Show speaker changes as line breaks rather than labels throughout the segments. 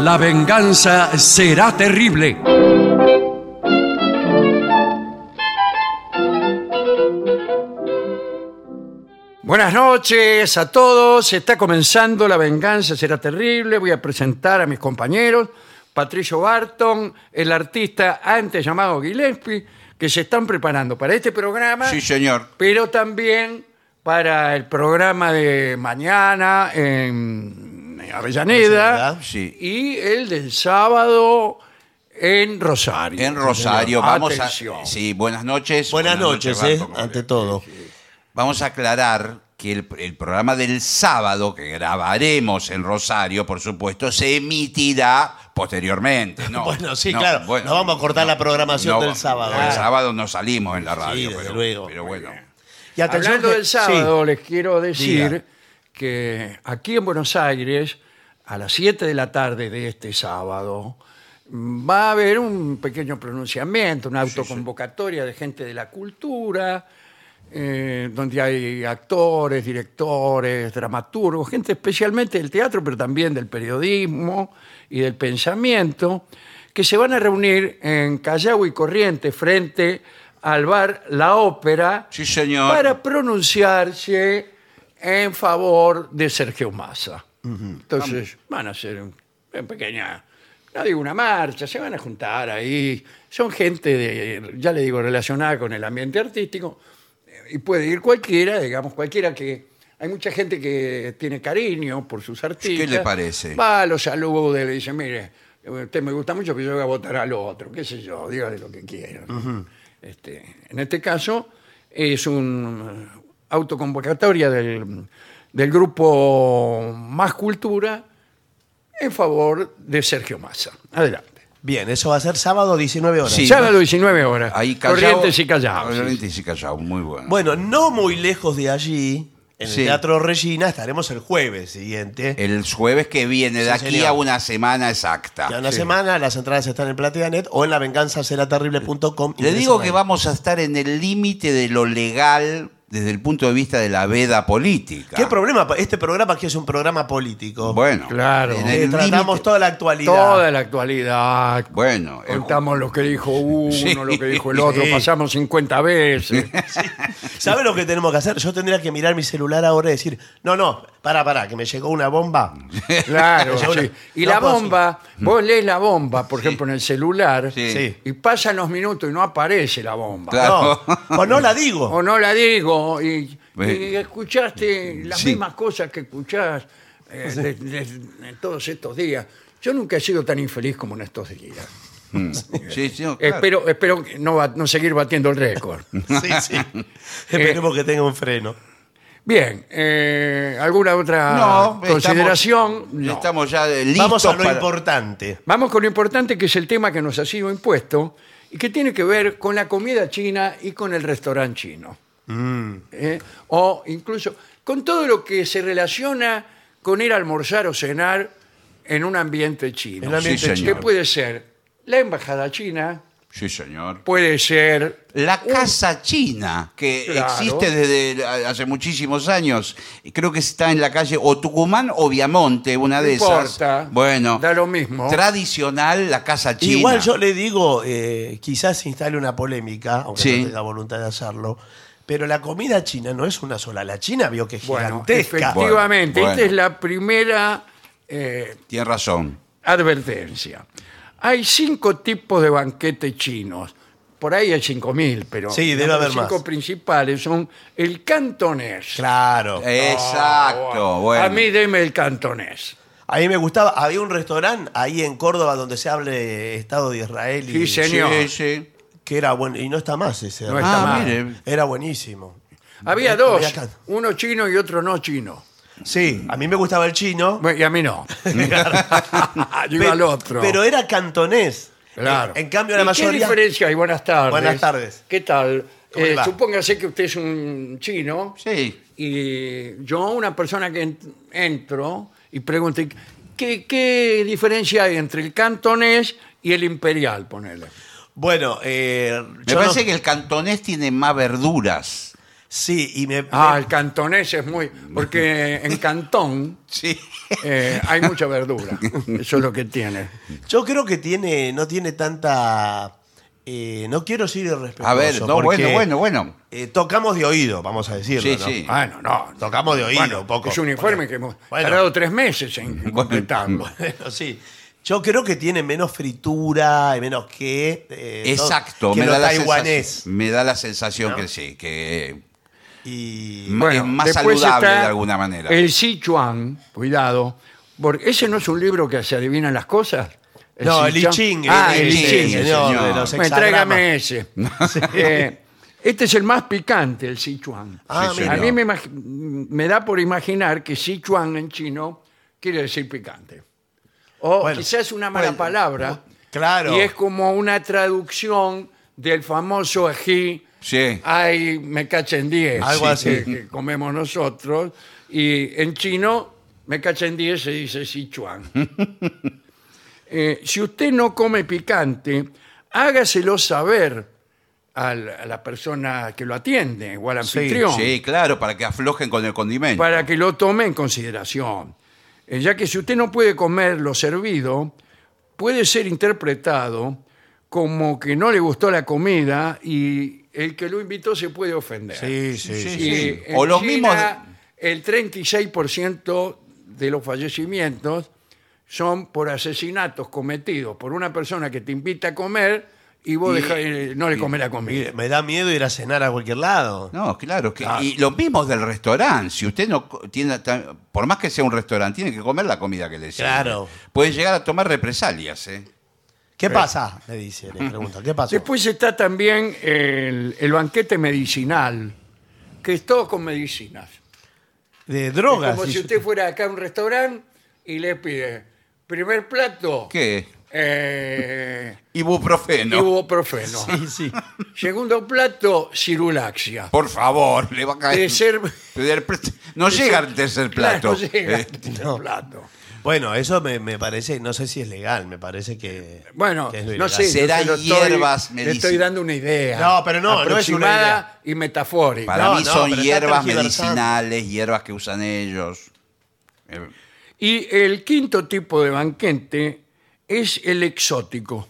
La venganza será terrible. Buenas noches a todos. Está comenzando La venganza será terrible. Voy a presentar a mis compañeros. Patricio Barton, el artista antes llamado Gillespie, que se están preparando para este programa,
Sí, señor.
pero también para el programa de mañana en Avellaneda
Avellaneda, sí.
y el del sábado en Rosario.
En Rosario, vamos
Atención.
a. Sí, buenas noches.
Buenas noches, eh,
Barton.
ante todo.
Vamos a aclarar que el, el programa del sábado que grabaremos en Rosario, por supuesto, se emitirá posteriormente. No,
Bueno, sí,
no,
claro.
bueno,
no vamos a cortar
no,
la programación
no,
del sábado.
El
¿eh?
sábado no salimos en la radio,
desde
pero,
luego.
pero bueno.
Y atención
Hablando
que-
del sábado, les quiero decir
Diga.
que aquí en Buenos Aires, a las 7 de la tarde de este sábado, va a haber un pequeño pronunciamiento, una autoconvocatoria de gente de la cultura, eh, donde hay actores, directores, dramaturgos, gente especialmente del teatro, pero también del periodismo y del pensamiento, que se van a reunir en Callao y Corrientes frente al bar La Ópera
Sí, señor.
para pronunciarse en favor de Sergio Massa. Entonces, van a hacer un- una pequeña, no digo una marcha, se van a juntar ahí. Son gente, de, ya le digo, relacionada con el ambiente artístico eh, y puede ir cualquiera, digamos, cualquiera que... Hay mucha gente que tiene cariño por sus artistas.
le parece?
Va, los saluda, y le dice, mire, usted me gusta mucho, pero yo voy a votar al otro, qué sé yo, dígale lo que quiera. Este, en este caso es un eh, autoconvocatoria del, del grupo Más Cultura en favor de Sergio Massa. Adelante.
Bien, eso va a ser sábado 19 horas.
Sí.
Sábado 19 horas.
Ahí Callao-
Corrientes y Callao. sí.
Corrientes y Callao, muy bueno.
Bueno, no muy lejos de allí, en
Sí. Eh,
el Teatro Regina, estaremos el jueves siguiente.
El jueves que viene, de
Sí,
aquí
señor.
a una semana exacta.
ya una semana, las entradas están en plateanet o en lavenganzaseraterrible.com.
Le digo que
vamos
vamos a estar en el límite de lo legal desde el punto de vista de la veda política.
¿Qué problema? Este programa aquí es un programa político.
Bueno,
Claro.
en
Eh,
el
tratamos
límite-
toda la actualidad.
Toda la actualidad.
Bueno, eh, el-
Contamos lo que dijo uno,
Sí.
lo que dijo el otro,
Sí.
pasamos 50 veces.
¿Sabe lo que tenemos que hacer? Yo tendría que mirar mi celular ahora y decir, no, no, pará, pará, que me llegó una bomba.
Claro,
Ya una-
sí. Y
no
la
puedo-
bomba, vos lees la bomba, por ejemplo, en el celular,
Sí.
Sí.
y pasan los minutos y no aparece la bomba.
Claro. Oh,
No, o pues no la digo.
O no la digo, y,
Eh.
y escuchaste las
Sí.
mismas cosas que escuchás eh, de- de- de todos estos días. Yo nunca he sido tan infeliz como en estos días.
sí, sí, claro.
Espero, espero que no, va- no seguir batiendo el récord.
Sí, sí.
Eh,
Esperemos que tenga un freno.
Bien, eh, ¿alguna otra
No,
consideración?
Estamos,
No.
estamos ya listos
Vamos a lo
para-
importante.
Vamos con lo importante que es el tema que nos ha sido impuesto y que tiene que ver con la comida china y con el restaurante chino.
Mm,
¿Eh? O incluso con todo lo que se relaciona con ir a almorzar o cenar en un ambiente chino.
El ambiente
señor.
Que
chino.
puede ser la embajada china,
Sí, señor.
puede ser
La casa china, que
Uh. Claro.
existe desde hace muchísimos años. Y Creo que está en la calle o Tucumán o Viamonte, una
No
de
importa,
esas. Bueno,
da lo mismo.
Tradicional, la casa china.
Igual yo le digo, eh, quizás se instale una polémica, aunque
Sí.
no tenga voluntad de hacerlo, pero la comida china no es una sola. La China vio que es
bueno,
gigantesca.
efectivamente,
Bueno,
esta
bueno.
es la primera eh,
Tiene razón.
Advertencia. Hay cinco tipos de banquetes chinos. Por ahí hay cinco mil, pero
Sí, debe
digamos,
haber
los
más.
cinco principales son el cantonés.
Claro.
Eh. Exacto.
Ah,
bueno.
A mí deme el cantonés.
A mí me gustaba, había un restaurante ahí en Córdoba donde se hable Estado de Israel y
Sí, señor.
Sí, sí.
que era bueno y no está más ese.
No
restaurante.
está
Ah,
mal.
mire.
Era buenísimo.
Había
Esto
dos,
había can-
uno chino y otro no chino.
Sí, a mí me gustaba el chino.
Bueno, y a mí no. Yo iba
pe-
al otro.
Pero era cantonés.
Claro.
En, en cambio la
¿Y ¿Qué
mayoría
diferencia hay? Buenas tardes.
Buenas tardes.
¿Qué tal?
¿Cómo le
Eh,
va?
supóngase que usted es un chino.
Sí.
Y yo, una persona que ent- entro y pregunto, ¿y ¿qué, qué diferencia hay entre el cantonés y el imperial? Ponele.
Bueno, eh,
Me
yo
parece
no-
que el cantonés tiene más verduras.
Sí, y me.
Ah,
me-
el cantonés es muy... Porque en Cantón
Sí.
eh, hay mucha verdura. Eso es lo que tiene.
Yo creo que tiene, no tiene tanta. eh, no quiero ser irrespetuoso.
A ver, no,
porque,
bueno, bueno, bueno.
eh, tocamos de oído, vamos a decirlo.
Sí,
¿no?
sí.
Bueno, no.
Tocamos de oído
Bueno,
un poco.
es un informe que hemos
Bueno.
tardado tres meses en completarlo.
Bueno, sí. Yo creo que tiene menos fritura y menos que. eh,
Exacto,
todo- que
me
lo
da, la
taiwanés.
sensación, me da la sensación
¿No?
que sí, que
Y.
Ma- es más
después
saludable
está
de alguna manera.
El Sichuan, cuidado, porque ese no es un libro que se adivinan las cosas.
No, el I Ching.
Ah,
el
el
I
I Ching,
Ching,
señor.
señor.
de los
Bueno,
hexagramas.
tráigame ese. Eh, este es el más picante, el Sichuan.
Ah,
Sí,
A
mira.
señor.
mí me, imag- me da por imaginar que Sichuan en chino quiere decir picante. O
Bueno,
quizás una mala
bueno,
palabra.
claro.
Y es como una traducción del famoso ají.
Sí.
Ay, me cachen 10.
Algo así.
Que, que comemos nosotros. Y en chino, me cachen 10 se dice Sichuan. Eh, si usted no come picante, hágaselo saber al- a la persona que lo atiende o al
Sí,
anfitrión
Sí, claro, para que aflojen con el condimento.
para que lo tome en consideración. Eh, ya que si usted no puede comer lo servido, puede ser interpretado como que no le gustó la comida y el que lo invitó se puede ofender.
Sí, sí,
Sí,
sí.
Y
sí.
en
O los mismos.
China, El 36% de los fallecimientos son por asesinatos cometidos por una persona que te invita a comer y vos
Y-
dejá- eh, no le comés la comida.
Mire, Me da miedo ir a cenar a cualquier lado.
No, claro. Que,
Claro.
Y los mismos del restaurante. Si usted no co- tiene. ta- Por más que sea un restaurante, tiene que comer la comida que le sirven.
Claro.
Puede llegar a tomar represalias, ¿eh?
¿Qué pasa? Le dice, le pregunta, ¿qué pasa?
Después está también el, el banquete medicinal, que es todo con medicinas.
de
Es
drogas.
como si
dice.
usted fuera acá a un restaurante y le pide primer plato,
¿Qué?
eh,
Ibuprofeno.
ibuprofeno.
Sí, sí.
Segundo plato, cirulaxia.
Por favor, le va a caer.
Tercer,
Tercer pl- No llega al tercer plato.
Claro, llega
Eh,
al tercer
no.
plato.
Bueno, eso me, me parece, no sé si es legal, me parece que.
Bueno,
que es lo
no
ilegal.
sé. yo
Será
se lo estoy-
hierbas
Le
medici-
estoy dando una idea.
No, pero no, no es una
aproximada
idea.
y metafórica.
para
No,
mí
no,
son
pero está
hierbas
tergiversando.
medicinales, hierbas que usan ellos. Eh,
Y el quinto tipo de banquete es el exótico.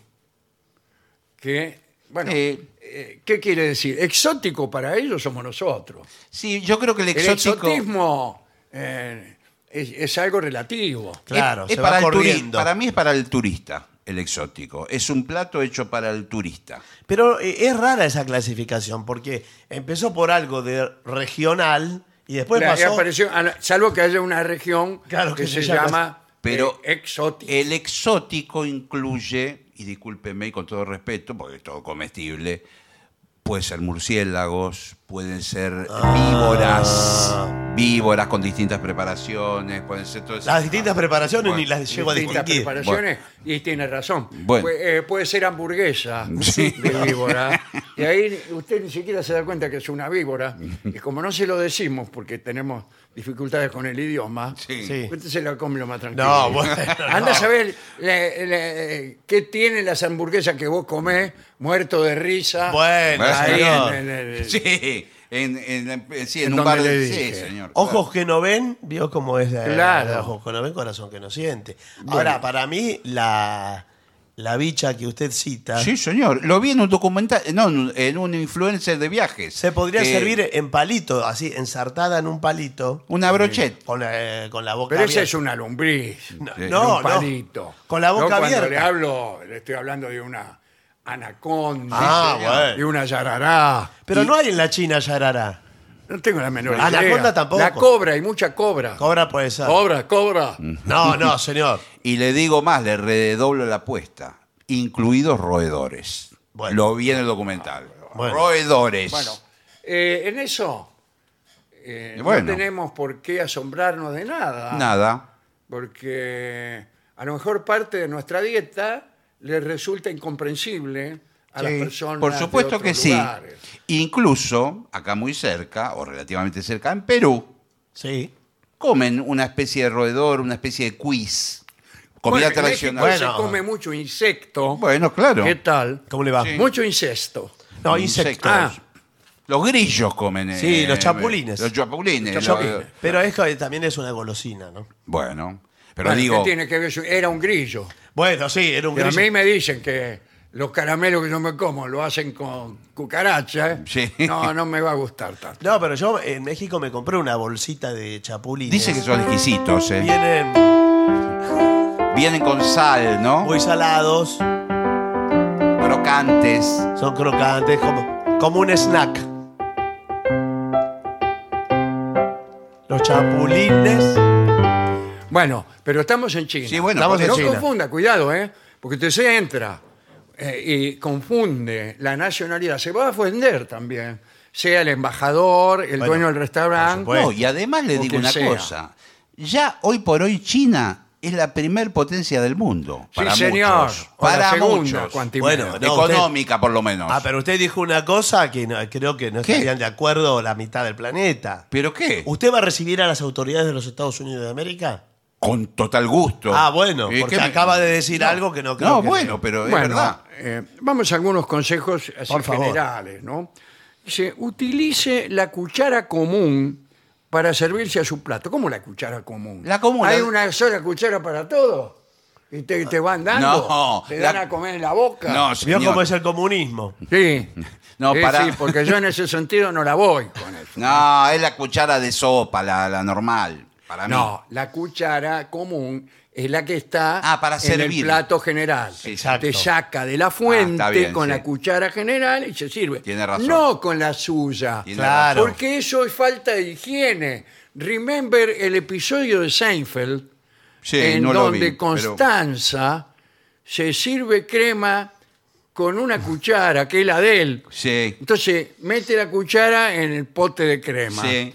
Que, bueno,
Eh.
eh, ¿qué quiere decir? Exótico para ellos somos nosotros.
Sí, yo creo que el exótico.
El exotismo eh, es, es algo relativo.
Claro,
es
se
para
va
el turi-
corriendo.
Para mí es para el turista, el exótico. Es un plato hecho para el turista.
Pero eh, es rara esa clasificación, porque empezó por algo de regional y después
La-
pasó.
apareció- a la- salvo que haya una región
Claro
que,
que
se,
se llama-
llama
Pero
eh, exótico.
El exótico incluye, y discúlpeme y con todo respeto, porque es todo comestible, puede ser murciélagos, pueden ser
Ah.
víboras, víboras con distintas preparaciones, pueden ser todo
Las distintas preparaciones ni las llego a
distintas
distinguir.
preparaciones y tiene razón.
Bueno.
Pu- eh, Puede, ser hamburguesa de víbora. Y ahí usted ni siquiera se da cuenta que es una víbora. Y como no se lo decimos porque tenemos dificultades con el idioma,
Sí.
Sí.
usted se la come lo más tranquilo.
No, bueno.
Anda
no.
a saber le- le- qué tienen las hamburguesas que vos comés, muerto de risa.
Bueno,
ahí
señor.
en- en el-
Sí, en, en- en- sí, en
En
un
donde
bar
le
de...
dije.
Sí, señor.
Ojos que no ven, vio cómo es. eh,
Claro.
Ojos que no ven, corazón que no siente. Ahora, para mí, la, la bicha que usted cita
Sí, señor. Lo vi en un documental, no, en un- en un influencer de viajes.
se podría
Eh,
servir en palito, así, ensartada en un palito,
Una brocheta.
con, eh, con la boca
Pero esa
abierta.
es una lombriz.
No,
Sí.
en
no,
un
no.
palito.
Con la
Yo
boca
cuando
abierta.
le hablo, le estoy hablando de una anaconda,
Ah, bueno.
de una yarará.
Pero no hay en la China yarará.
No tengo la menor idea.
Anaconda tampoco.
La cobra, hay mucha cobra.
Cobra Mm. puede ser.
Cobra, cobra.
No, no, señor.
Y le digo más, le redoblo la apuesta, incluidos roedores.
Bueno. Ah,
Lo vi en el documental.
Bueno.
Roedores.
Bueno, eh, en eso eh,
Bueno.
no tenemos por qué asombrarnos de nada.
Nada.
Porque a lo mejor parte de nuestra dieta le resulta incomprensible a las
Sí,
personas.
Por
de
supuesto que
otros
sí.
lugares.
Incluso, acá muy cerca, o relativamente cerca, en Perú,
Sí.
comen una especie de roedor, una especie de quiz.
Bueno,
Comida
en
tradicional.
México
Bueno.
Se come mucho insecto.
Bueno, claro.
¿Qué tal?
¿Cómo le va?
Mucho incesto.
No, insectos.
Insectos.
Ah,
Los grillos comen. eh,
Sí, los
eh,
chapulines.
Los chapulines.
Los
lo-
chapulines.
Pero es que también es una golosina, ¿no?
Bueno, pero
Bueno,
digo,
¿qué tiene que ver eso? Era un grillo.
Bueno, sí, era un
Pero a
grillo.
mí me dicen que los caramelos que yo me como lo hacen con cucaracha. ¿eh?
Sí.
No, no me va a gustar tanto.
No, pero yo en México me compré una bolsita de chapulines.
dice que son exquisitos, eh.
Vienen
Vienen con sal, ¿no?
muy salados,
Crocantes.
son crocantes, como, como un snack. Los chapulines.
Bueno, pero estamos en China.
Sí, bueno,
Estamos
por
en
no
eso.
China.
confunda, cuidado, ¿eh? Porque usted se entra eh, y confunde la nacionalidad. Se va a ofender también, sea el embajador, el
Bueno,
dueño del restaurante.
por supuesto.
No, y además le
O
digo
quien
una
sea.
cosa. Ya hoy por hoy China es la primer potencia del mundo.
Sí,
Para
señor.
muchos.
O la
Para
segunda,
muchos.
cuanti-
Bueno, no, usted-
Económica, por lo menos.
Ah, pero usted dijo una cosa que no- creo que no
¿Qué?
estarían de acuerdo la mitad del planeta.
¿Pero qué?
¿Usted va a recibir a las autoridades de los Estados Unidos de América?
Con total gusto.
Ah, bueno,
¿Y
porque
qué me-
acaba de decir algo que no creo
No,
que-
bueno, pero es
Bueno,
verdad.
eh, vamos a algunos consejos así
Por favor.
generales, ¿no? Dice, utilice la cuchara común para servirse a su plato. ¿Cómo la cuchara común?
La común, ¿eh?
¿Hay
la-
una sola cuchara para todo? ¿Y te, te van dando?
No,
¿Te
la-
dan a comer en la boca?
No,
¿Vio
señor.
cómo es el comunismo?
Sí.
No,
Sí,
para-
sí, porque yo en ese sentido no la voy con eso.
No, es la cuchara de sopa, la, la normal. Para mí.
No, la cuchara común es la que está
Ah, para
en
servir.
el plato general.
exacto.
Te saca de la fuente
Ah, está bien,
con
sí.
la cuchara general y se sirve.
Tiene razón.
No con la suya.
Tiene
Claro.
razón.
Porque eso es falta de higiene. Remember el episodio de Seinfeld
Sí,
en
no lo vi,
donde
pero-
Constanza se sirve crema con una cuchara que es la de él.
Sí,
Entonces mete la cuchara en el pote de crema
sí.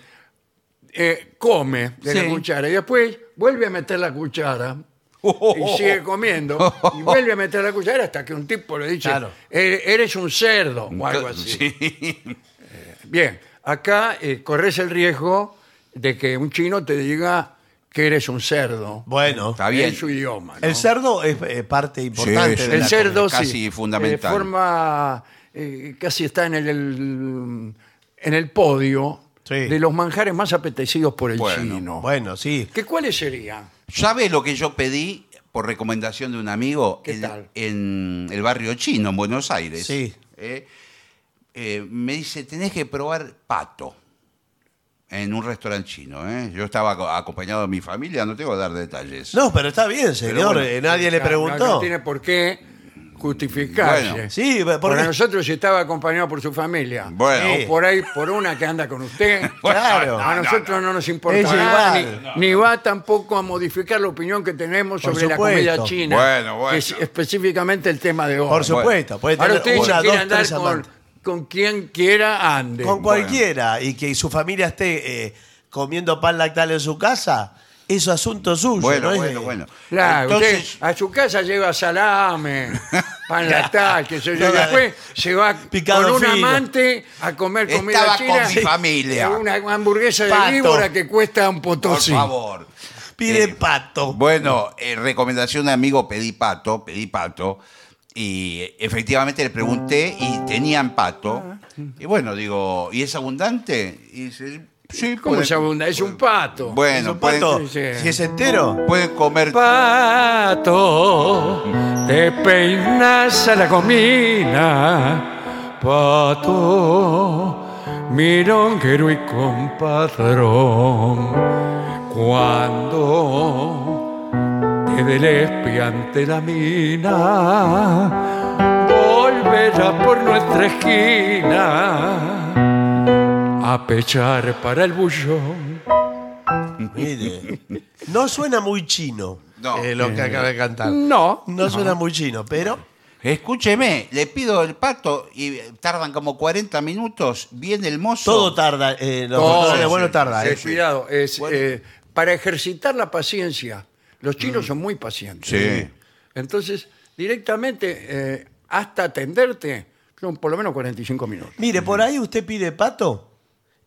eh, come de
Sí.
la cuchara y después vuelve a meter la cuchara
Oh.
y sigue comiendo y vuelve a meter la cuchara hasta que un tipo le dice,
Claro.
"E- eres un cerdo o algo así.
Sí.
Bien, acá eh, corres el riesgo de que un chino te diga que eres un cerdo
Bueno,
Está bien.
en su idioma. ¿no?
el cerdo es eh, parte importante.
sí,
El
de la
la
cerdo
comida,
sí,
casi fundamental.
eh, forma, eh, casi está en el, el- en el podio
Sí.
de los manjares más apetecidos por el
Bueno,
chino.
Bueno, sí.
¿Que ¿Cuáles serían?
¿Sabes lo que yo pedí por recomendación de un amigo
¿Qué
en,
tal?
en el barrio chino, en Buenos Aires?
Sí.
Eh, eh, me dice, tenés que probar pato en un restaurante chino. ¿eh? Yo estaba aco- acompañado de mi familia, no tengo que dar detalles.
No, pero está bien, señor.
bueno,
eh, Nadie le
Claro, No,
preguntó.
no tiene por qué justificarse.
Bueno,
Sí,
Porque
porque...
nosotros si estaba acompañado por su familia.
Bueno.
O por ahí, por una que anda con usted.
Claro.
A nosotros no, nos importa
Es
nada,
igual.
ni, ni va tampoco a modificar la opinión que tenemos
Por
sobre la
supuesto.
comida china.
Bueno, bueno.
Que es específicamente el tema de hoy.
Por supuesto, puede
Ahora
tener
usted se
una,
quiere
dos,
andar
tres
con,
amantes.
con quien quiera ande.
Con cualquiera. Y que su familia esté eh, comiendo pan lactal en su casa, es asunto suyo.
bueno,
¿no es
bueno,
de-
bueno.
Claro,
Entonces,
usted a su casa lleva salame, pan lactal, que sé yo.
Toda-
Después se va
Picado
con un
fino.
amante a comer comida
Estaba
china.
con mi familia.
Una hamburguesa de
Pato.
víbora que cuesta un
por
potosí.
favor.
Pide
Eh,
pato.
Bueno, eh, recomendación de amigo, pedí pato, pedí pato. Y eh, efectivamente le pregunté y tenían
Ah.
pato. Y bueno, digo, ¿y es abundante? Y dice, sí,
¿Cómo
pueden-
se abunda? Es un pato.
¿Es
Bueno,
un
pueden,
pato?
pueden- sí, sí.
Si es entero.
pueden comer.
Pato, te peinas a la comina. Pato, milonguero y compadrón. Cuando te delespe ante la mina, volverás por nuestra esquina a pechar para el bullón.
Mire. No suena muy chino
No.
eh, lo que acaba de cantar.
No,
No suena muy chino, pero
Escúcheme, le pido el pato y eh, tardan como 40 minutos. Viene el mozo.
todo tarda. eh, los
Todo,
doctores de vuelo
sí,
tarda.
Sí,
eh.
cuidado. es, eh, para ejercitar la paciencia, los chinos son muy pacientes.
Sí.
Entonces, directamente, eh, hasta atenderte, son por lo menos 45 minutos.
Mire, por ahí usted pide pato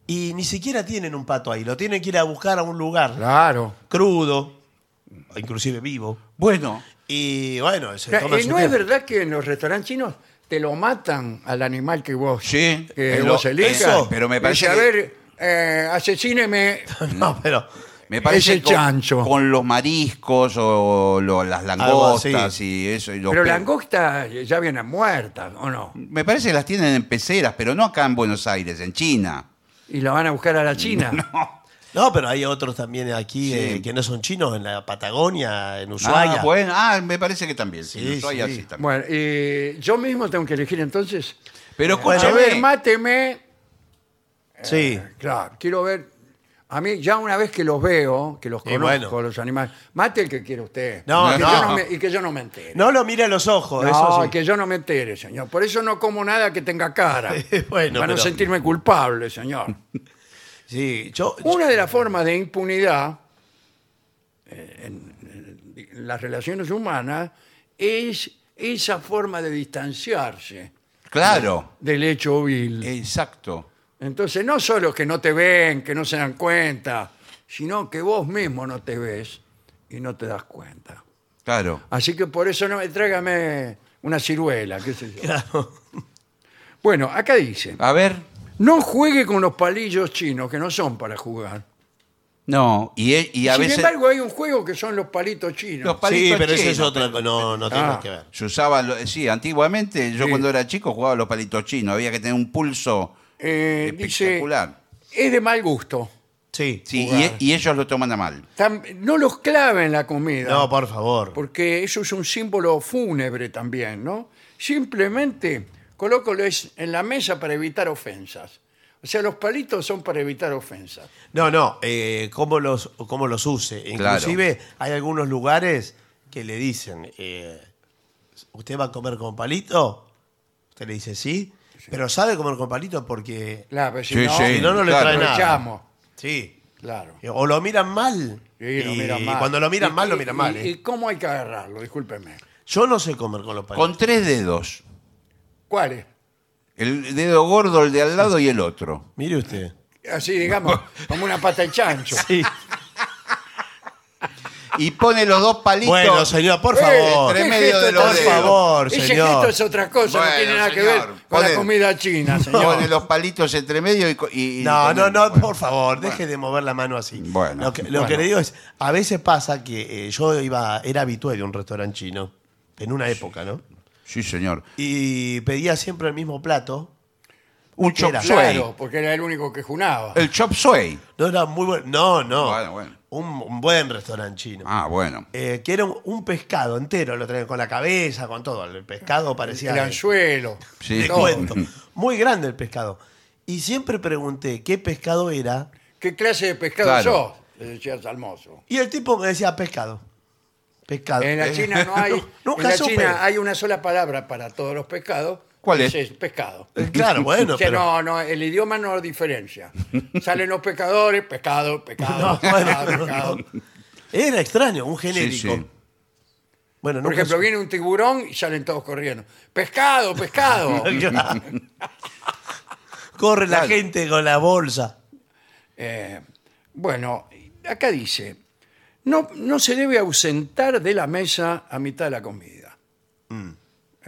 y ni siquiera tienen un pato ahí. Lo tienen que ir a buscar a un lugar
Claro.
crudo, o inclusive vivo.
Bueno,
Y bueno, se
O sea,
toma
y
su
eh, no es
tiempo.
verdad que en los restaurantes chinos te lo matan al animal que vos,
Sí,
que
es lo-
vos elijas.
eso, pero me
y
parece
dice,
que-
a ver, eh, asesíneme
No, pero.
Me parece
Ese
con,
chancho.
con los mariscos o lo- las langostas
así.
y eso. y los
Pero
pe-
langosta ya viene muerta, ¿o no?
Me parece que las tienen en peceras, pero no acá en Buenos Aires, en China.
Y la van a buscar a la China.
No, pero hay otros también aquí
Sí.
eh, que no son chinos, en la Patagonia, en Ushuaia.
Ah, bueno, ah, me parece que también. Sí,
Sí,
en Ushuaia
sí.
sí también.
Bueno, eh, yo mismo tengo que elegir entonces.
Pero
A
escúchame,
ver, máteme.
Sí.
Claro, quiero ver. A mí, ya una vez que los veo, que los
Y
conozco,
bueno.
los animales, mate el que quiera usted.
No,
y que
no.
Yo me- y que yo no me entere.
No lo mira a los ojos,
No,
eso sí.
que yo no me entere, señor. Por eso no como nada que tenga cara.
Bueno,
para no
pero-
sentirme culpable, señor.
Sí, yo.
Una de las formas de impunidad eh, en, en las relaciones humanas es esa forma de distanciarse
claro,
del hecho
Eh.
vil.
exacto.
Entonces, no solo que no te ven, que no se dan cuenta, sino que vos mismo no te ves y no te das cuenta.
Claro.
Así que por eso no me tráigame una ciruela, qué sé yo.
Claro.
Bueno, acá dice,
A ver,
no juegue con los palillos chinos que no son para jugar.
no. Y, e- y a
Sin
veces
embargo, hay un juego que son los palitos chinos.
los
Sí,
palitos
pero eso es
chinos.
otra cosa. No, no
Ah.
tiene que ver.
Se usaba, lo- sí, antiguamente, yo
Sí.
cuando era chico jugaba a los palitos chinos. Había que tener un pulso
Eh, dice,
espectacular.
es de mal gusto.
Sí.
Sí, y,
jugar.
e- y ellos lo toman a mal.
Tam- no los clave en la comida,
No, por favor.
porque eso es un símbolo fúnebre también, ¿no? Simplemente colócoles en la mesa para evitar ofensas. O sea, los palitos son para evitar ofensas.
No, no, eh, cómo, los, cómo los use.
Claro.
Inclusive hay algunos lugares que le dicen, eh, ¿usted va a comer con palito? Usted le dice sí, pero sabe comer con palito porque...
Claro, pero si
Sí,
no,
sí,
Si no, no le
claro.
trae
aprovechamos.
nada. Sí.
Claro.
O lo miran mal.
Sí, lo
y
miran mal.
cuando lo miran
Y-
mal, lo
y-
miran mal.
y-
eh.
¿Y cómo hay que agarrarlo? Discúlpeme.
Yo no sé comer con los palitos.
Con tres dedos.
¿Cuál es?
El dedo gordo, el de al lado y el otro.
Mire usted.
Así, digamos, como una pata de chancho.
Sí.
Y pone los dos palitos.
Bueno, señor, por
Eh,
favor.
¿qué
entre medio
gesto
de los
tan
dedos.
feo?
Por favor,
Ese
señor.
gesto es otra cosa, no
Bueno,
tiene nada que ver
señor,
con
ponen-
la comida china, señor.
Pone los palitos entre medio y. co- y- y
No,
pone-
no, no,
bueno.
por favor,
Bueno.
deje de mover la mano así.
Bueno,
Lo que, lo
bueno.
que le digo es, a veces pasa que eh, yo iba, era habitué de un restaurante chino, en una época, ¿no?
Sí, señor.
Y pedía siempre el mismo plato.
Un
¿Qué
chop
era?
suey.
Claro, porque era el único que junaba.
El chop suey.
No era muy bueno. No, no.
Bueno, bueno.
Un, un buen restaurante chino.
Ah, bueno.
Eh, que era un, un pescado entero, lo traían con la cabeza, con todo. El pescado parecía.
El anzuelo.
Sí.
Te
No.
cuento. Muy grande el pescado. Y siempre pregunté qué pescado era.
¿Qué clase de pescado
Claro.
sos? Le decías al mozo.
Y el tipo me decía pescado.
Ah,
Pescado. Eh,
En
eh.
la China no hay.
Nunca
en la
supe.
China hay una sola palabra para todos los pescados.
¿Cuál
que
es?
pescado.
Eh, Claro, bueno,
O sea,
pero.
no, no, el idioma no diferencia. Salen los pescadores, pescado, pescado,
No,
pescado,
bueno,
pescado.
no, no. Era extraño, un
Sí,
Eh, genérico.
sí.
Bueno,
Por
nunca
ejemplo,
su-
viene un tiburón y salen todos corriendo. ¡Pescado, pescado!
Claro. Corre la
Claro.
gente con la bolsa.
Eh, bueno, acá dice, no, no se debe ausentar de la mesa a mitad de la comida.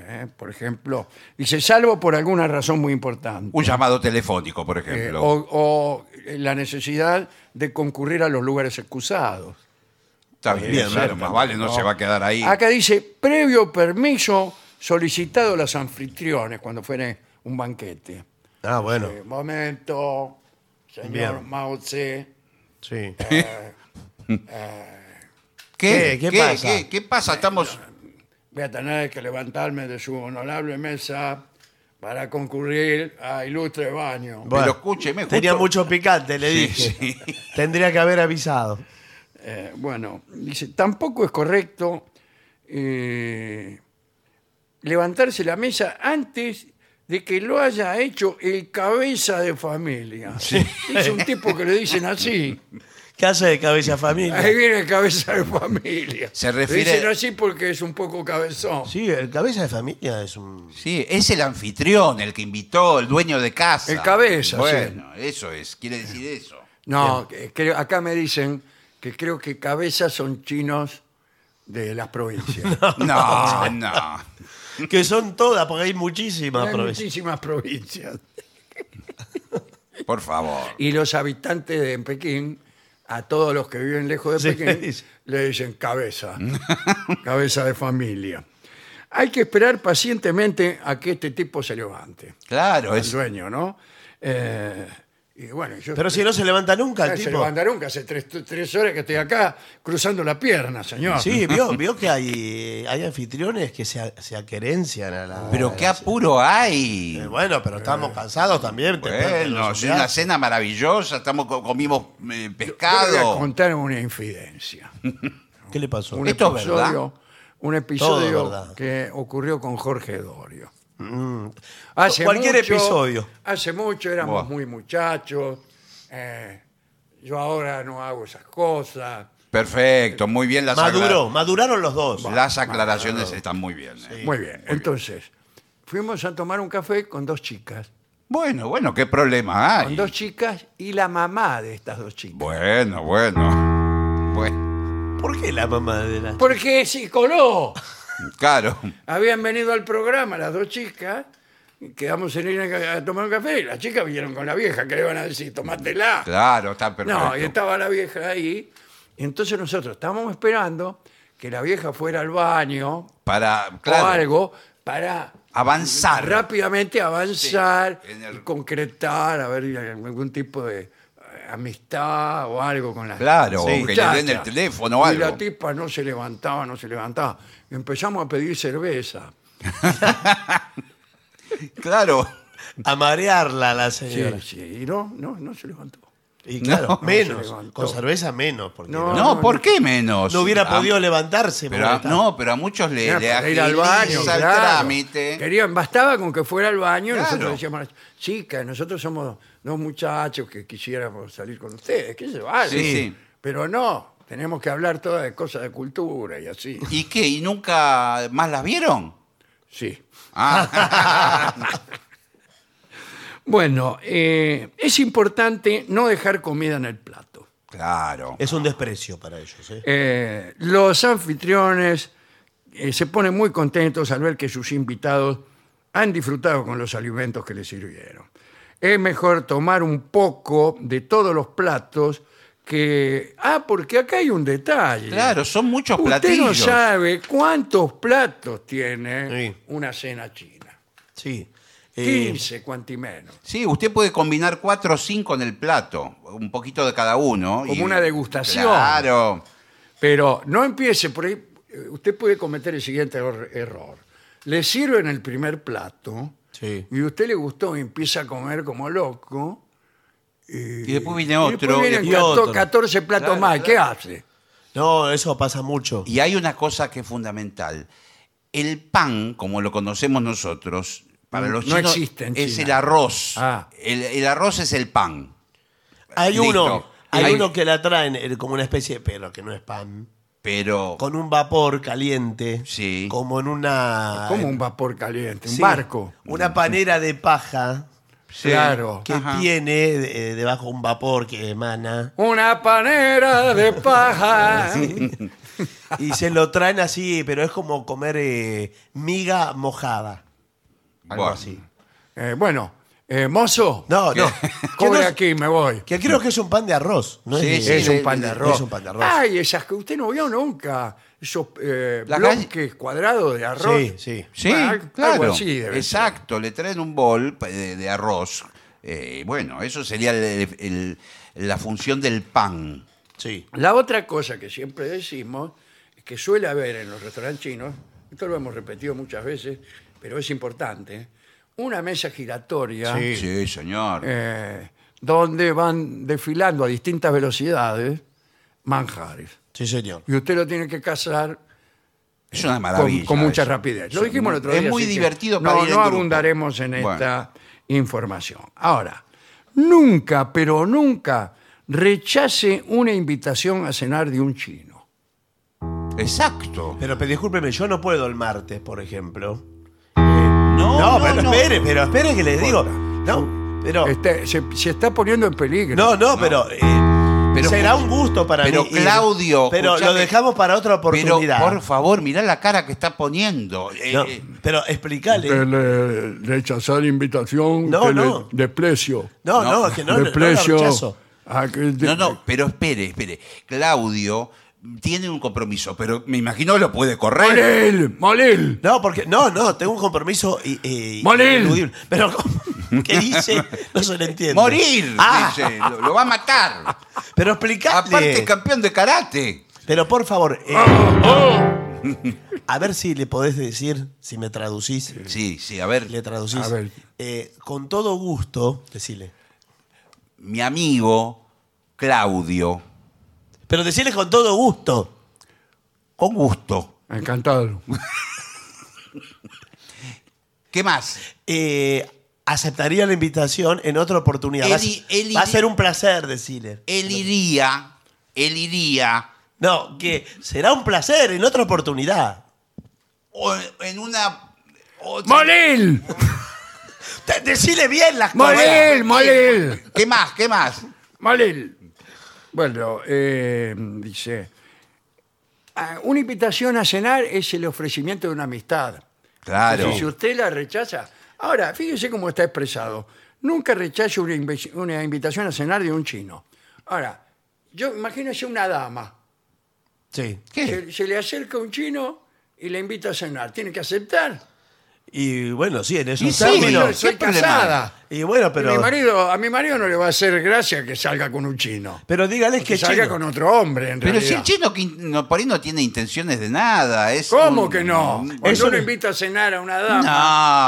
Eh, por ejemplo, dice, salvo por alguna razón muy importante.
Un llamado telefónico, por
Eh,
ejemplo.
o, o la necesidad de concurrir a los lugares excusados.
Está bien,
Bien,
claro,
bien,
más vale, no, se va a quedar ahí.
Acá dice, previo permiso solicitado a los anfitriones cuando fuere un banquete.
Ah, bueno,
Eh, momento, señor
Bien.
Mao Tse.
sí.
¿Qué?
¿Qué? ¿Qué pasa?
¿Qué, qué pasa? Estamos.
voy a tener que levantarme de su honorable mesa para concurrir a ilustre baño.
Bueno,
Pero escúcheme, justo-
Tenía mucho picante, le
Sí,
dije.
sí.
Tendría que haber avisado.
Eh, bueno, dice, tampoco es correcto eh, levantarse la mesa antes de que lo haya hecho el cabeza de familia. Es un tipo que le dicen así.
¿Qué hace de cabeza familia?
Ahí viene el cabeza de familia.
Se refiere-
Le dicen así porque es un poco cabezón.
Sí, el cabeza de familia es un.
Sí, es el anfitrión, el que invitó, el dueño de casa.
El cabeza,
Bueno, eso es, quiere decir eso.
No, que- creo- acá me dicen que creo que cabezas son chinos de las provincias.
No, no.
Que son todas, porque hay muchísimas
Hay
provincias.
muchísimas provincias.
Por favor.
Y los habitantes de Pekín, a todos los que viven lejos de
Sí,
Pekín,
dice.
le dicen cabeza, cabeza de familia. Hay que esperar pacientemente a que este tipo se levante,
Claro,
el
es.
dueño, ¿no? Eh, y bueno, yo
Pero si no se levanta nunca el
no se
tipo.
levanta nunca, hace tres, tres horas que estoy acá cruzando la pierna, señor.
Sí, vio, vio que hay, hay anfitriones que se, a- se aquerencian a la.
Ah. Pero qué apuro hay.
Eh, Bueno, pero estamos cansados también. te pueden
Bueno, sí,
resolver.
una cena maravillosa, estamos co- comimos
Yo
eh,
le voy a
pescado.
contar una infidencia.
¿Qué le pasó?
Un
Esto es
episodio, un
Todo es
episodio
verdad.
que ocurrió con Jorge Dorio.
Mm.
Hace
Cualquier
mucho-
episodio.
Hace mucho éramos
Buah.
muy muchachos. eh, yo ahora no hago esas cosas.
Perfecto, muy bien las
Maduró,
aclara-
maduraron los dos.
Las aclaraciones están muy bien. eh.
muy bien. entonces, fuimos a tomar un café con dos chicas.
Bueno, bueno, qué problema
Con
hay.
dos chicas y la mamá de estas dos chicas.
Bueno, bueno. Bueno,
¿Por qué la mamá de la.?
Porque se coló.
claro.
Habían venido al programa las dos chicas. y Quedamos en ir a a tomar un café y las chicas vinieron con la vieja que le van a decir, tomátela.
Claro, está perfecto.
No, y estaba la vieja ahí. Y entonces nosotros estábamos esperando que la vieja fuera al baño
Para,
o
claro,
algo para
avanzar.
rápidamente avanzar
Sí, en el-
y concretar, a ver, algún tipo de eh, amistad o algo con la
Claro, o que le
muchacha.
den el teléfono o
Y
algo.
la tipa no se levantaba, no se levantaba. Y empezamos a pedir cerveza.
Claro.
A marearla a la
Sí,
señora.
sí, y no, no, no se levantó.
Y claro,
No.
No se
menos.
levantó.
con cerveza menos. Porque
No.
no,
No, ¿por qué menos?
no hubiera
Ah,
podido levantarse.
Pero ah, a-
porque está-
no, pero a muchos le,
Era
le
para ir al baño,
agiliza Eh, el
claro.
trámite.
Querían, bastaba con que fuera al baño.
Claro.
Nosotros decíamos, chicas, nosotros somos dos muchachos que quisiéramos salir con ustedes, que se vale.
Sí, sí.
Pero no, tenemos que hablar todas de cosas de cultura y así.
¿Y qué? ¿Y nunca más las vieron?
Sí.
Ah,
Bueno, eh, es importante no dejar comida en el plato.
claro.
Es un desprecio para ellos. ¿eh?
Eh, los anfitriones eh, se ponen muy contentos al ver que sus invitados han disfrutado con los alimentos que les sirvieron. Es mejor tomar un poco de todos los platos que... Ah, porque acá hay un detalle.
Claro, son muchos
Usted no
platillos.
sabe cuántos platos tiene
Sí.
una cena china.
Sí. Eh,
15, cuanti menos.
Sí, usted puede combinar cuatro o cinco en el plato, un poquito de cada uno.
Como una degustación.
Claro.
Pero no empiece por ahí. eh, Usted puede cometer el siguiente er- error. Le sirven el primer plato
Sí.
y a usted le gustó y empieza a comer como loco.
Y después viene
Y después
otro. y
vienen
después-
y
cato-
otro.
14 platos
Claro,
más.
claro.
¿Qué hace?
No, eso pasa mucho.
Y hay una cosa que es fundamental. El pan, como lo conocemos nosotros, para
Mm,
los
no
chinos
existe en
es
China.
el arroz.
Ah.
El, el arroz es el pan.
Hay
Listo.
uno, hay,
Hay-
uno que la traen eh, como una especie de pero que no es pan,
Pero
con un vapor caliente,
Sí.
como en una eh,
Como un vapor caliente, un
sí,
barco.
una panera de paja
Claro.
que
Ajá.
tiene eh, debajo un vapor que emana
Una panera de paja.
y se lo traen así, pero es como comer eh, miga mojada, algo
Bueno.
así.
Eh, bueno, eh, mozo,
No, no. que, no
cobre
es-
aquí, me voy.
que creo que es un pan de arroz, no
Sí,
es,
sí,
de-
es un
le-
pan
le-
Ah, de
le-
arroz.
es un pan de arroz.
Ay, esas que usted no vio nunca. Esos eh,
Las
bloques cuadrados de arroz.
Sí, sí.
Sí,
Bueno, Ah, algo
claro.
así debe ser.
Exacto, le traen un bol pa- de, de arroz. Eh, bueno, eso sería el- el- la función del pan.
Sí.
La otra cosa que siempre decimos, que suele haber en los restaurantes chinos, esto lo hemos repetido muchas veces, pero es importante, una mesa giratoria
Sí.
Sí, señor.
eh, donde van desfilando a distintas velocidades manjares.
Sí, señor.
Y usted lo tiene que cazar
es una
con,
maravilla.
con mucha
eso.
rapidez. Lo
Sí,
dijimos el otro día.
Es muy
así que
divertido
no,
para ir en
no
grupo.
abundaremos en
Bueno,
esta información. Ahora, nunca, pero nunca rechace una invitación a cenar de un chino.
Exacto.
Pero, pero discúlpeme, yo no puedo el martes, por ejemplo.
No,
No,
no,
pero
no.
espere, pero espere que les digo.
importa.
No, pero.
Este, se, se está poniendo en peligro.
No, no, pero. eh,
Pero-
Será un gusto para
pero
mí. ir,
Claudio,
Pero lo
escuchame,
dejamos para otra
Pero
oportunidad.
por favor, mirá la cara que está poniendo. Eh,
No,
eh,
pero explícale.
Que le rechazar la invitación,
No,
que
no.
le desprecio.
no, no,
no,
es que no, no, no lo
desprecio.
rechazo.
a que-
no, no, pero espere, espere. Claudio tiene un compromiso, pero me imagino lo puede correr.
Molil, Molil.
No, porque no, no, tengo un compromiso y, y-
Morir.
ineludible. Pero ¿cómo? ¿qué dice? No se le entiende.
Morir,
Ah,
dice, lo, lo va a matar.
pero explicale.
Aparte, campeón de karate.
Pero por favor, eh,
Ah.
Oh. a ver si le podés decir, si me traducís,
Sí, sí, a ver.
le traducís.
A ver.
Eh, con todo gusto, decile.
Mi amigo Claudio,
Pero decirle con todo gusto.
con gusto.
Encantado.
¿Qué más?
Eh, aceptaría la invitación en otra oportunidad. Va a ser-
Eli- Eli-
va a ser un placer decirle.
Él iría, él iría
No, que será un placer en otra oportunidad.
o- en una... otra-
Molil,
Te- Decile bien las cosas.
Molil, Molil,
¿Qué más? ¿Qué más?
Molil.
Bueno, eh, dice, "Ah, una invitación a cenar es el ofrecimiento de una amistad.
Claro.
Y si usted la rechaza, ahora, fíjese cómo está expresado. Nunca rechazo una, inve- una invitación a cenar de un chino. Ahora, yo imagínese una dama.
Sí.
Se, se le acerca un chino y le invita a cenar. Tiene que aceptar.
Y bueno, sí, en
Y
esos
sí,
Señor,
términos.
¿qué
soy
problema
casada.
Y bueno, pero.
Mi marido, a mi marido no le va a hacer gracia que salga con un chino.
Pero dígale
Que,
que
salga
chino.
con otro hombre, en
Pero si
realidad.
el chino que in- no, por ahí no tiene intenciones de nada. Es
¿Cómo
un-
que no?
un-
Cuando
Eso
uno
no-
invita a cenar a una dama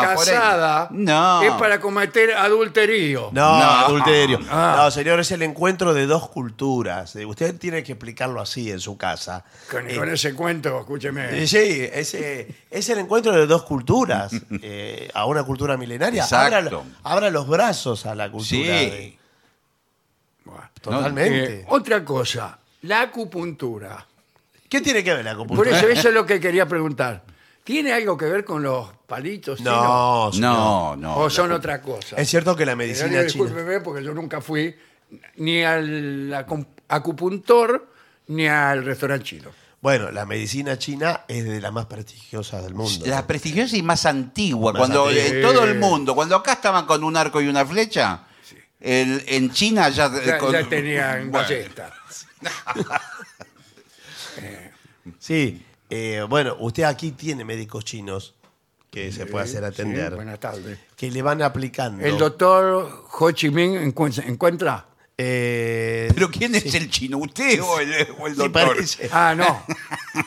No, por ahí-
casada,
no.
es para cometer adulterio.
No,
No.
adulterio.
Ah.
No, señor, es el encuentro de dos culturas. Eh, Usted tiene que explicarlo así en su casa.
Con, con ese cuento, escúcheme.
Eh, Sí, ese- es el encuentro de dos culturas. eh, a una cultura milenaria.
Exacto.
Abra, abra los brazos a la
Sí.
cultura. de- totalmente.
Eh, otra cosa, la acupuntura.
¿Qué tiene que ver la
Por
acupuntura?
eso, eso es lo que quería preguntar. ¿Tiene algo que ver con los palitos chinos?
No, señor.
No, no.
¿O son
la-
otra cosa?
Es cierto que la
Pero
medicina china.
discúlpeme, porque yo nunca fui ni al acu- acupuntor ni al restaurante chino.
Bueno, la medicina china es de las más prestigiosas del mundo.
La prestigiosa y más antigua.
Más
cuando
antigua.
eh, todo el mundo, cuando acá estaban con un arco y una flecha, el- en China ya. eh,
Ya,
con-
ya tenían
Bueno,
ballesta.
Sí, eh, bueno, usted aquí tiene médicos chinos que se puede hacer atender,
Sí, buenas tardes.
que le van aplicando.
El doctor Ho Chi Minh encuentra. encuentra-
Eh,
Pero ¿quién es el chino? ¿Usted o el, o el
sí,
doctor?
parece.
Ah, no.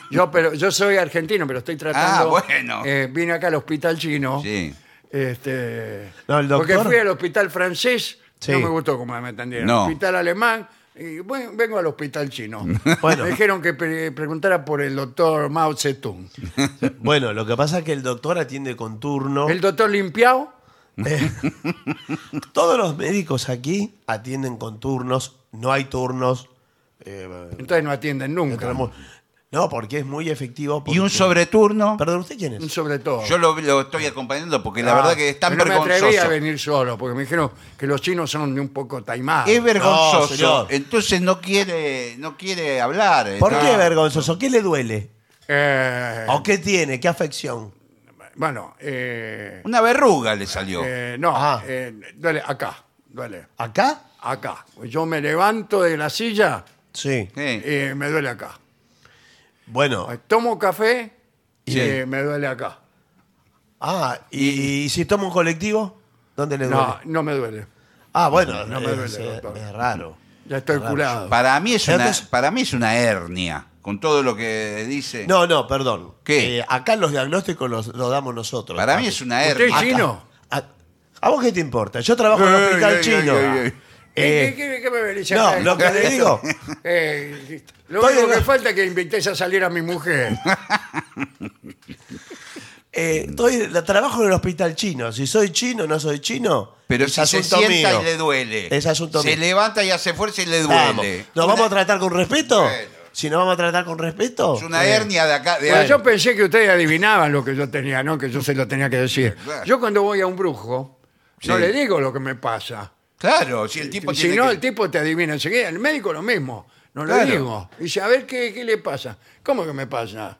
Yo, pero, yo soy argentino, pero estoy tratando.
Ah, bueno.
eh, vine acá al hospital chino.
Sí.
Este,
No, el
Porque
doctor-
fui al hospital francés.
Sí.
No me gustó como me atendieron.
No.
Hospital alemán. Y bueno, vengo al hospital chino.
Bueno.
Me dijeron que pre- preguntara por el doctor Mao Zedong.
Bueno, lo que pasa es que el doctor atiende con turno.
El doctor Limpiao.
Todos los médicos aquí atienden con turnos, no hay turnos. eh,
Entonces no atienden nunca.
tenemos- no, porque es muy efectivo.
¿Y un
porque-
sobreturno?
Perdón, ¿usted quién
Un
es?
sobre todo.
Yo lo, lo estoy acompañando porque la
Ah,
verdad que es tan
Pero no me atreví a
vergonzoso.
venir solo, porque me dijeron que los chinos son un poco taimados.
Es
No,
vergonzoso.
señor.
Entonces no quiere, no quiere hablar.
¿Por
Está-
qué vergonzoso? ¿Qué le duele?
Eh,
¿O qué tiene? ¿Qué afección?
Bueno, eh,
Una verruga le salió.
eh, no,
Ah.
eh, duele acá, duele
¿Acá?
acá. Pues Yo me levanto de la silla
Sí.
Eh,
y me duele acá. Pues
Bueno,
Tomo café y
Sí.
eh, me duele acá.
Ah, ¿y, y si toma un colectivo? ¿Dónde le duele?
No, no me duele.
Ah, bueno,
no me
es-
duele, doctor.
es raro.
Ya estoy curado.
para, mí es una,
Entonces-
para mí es una hernia, con todo lo que dice.
No, no, perdón.
¿Qué?
Eh, acá los diagnósticos los, los damos nosotros.
para mí
Acá.
es una
¿Usted es
hernia.
chino?
A, ¿a vos qué te importa? Yo trabajo en un
Ey,
hospital
ey,
chino.
ey, ey, ey.
Eh,
¿Qué- qué- qué me venís a
no,
traer?
lo que le digo-
Eh, lo
Estoy
único
en-
que falta es que invitéis a salir a mi mujer.
eh, estoy- la- trabajo en el hospital chino. Si soy chino o no soy chino,
Pero
es
si se
asunto
sienta
mío.
y le duele.
Es asunto
Se
mío.
levanta y hace fuerza y le duele.
Vamos. ¿Nos vamos a tratar con respeto?
Bueno.
Si nos vamos a tratar con respeto.
Es una
eh,
hernia de acá. De
Bueno,
algo.
yo pensé que ustedes adivinaban lo que yo tenía, ¿no? Que yo se lo tenía que decir.
Claro.
Yo cuando voy a un brujo, no
Sí.
le digo lo que me pasa.
Claro, si el tipo
si
tiene
no,
que-
el tipo te adivina enseguida. El médico lo mismo, no
Claro.
lo digo. Dice, a ver, ¿qué, ¿qué le pasa? ¿Cómo que me pasa?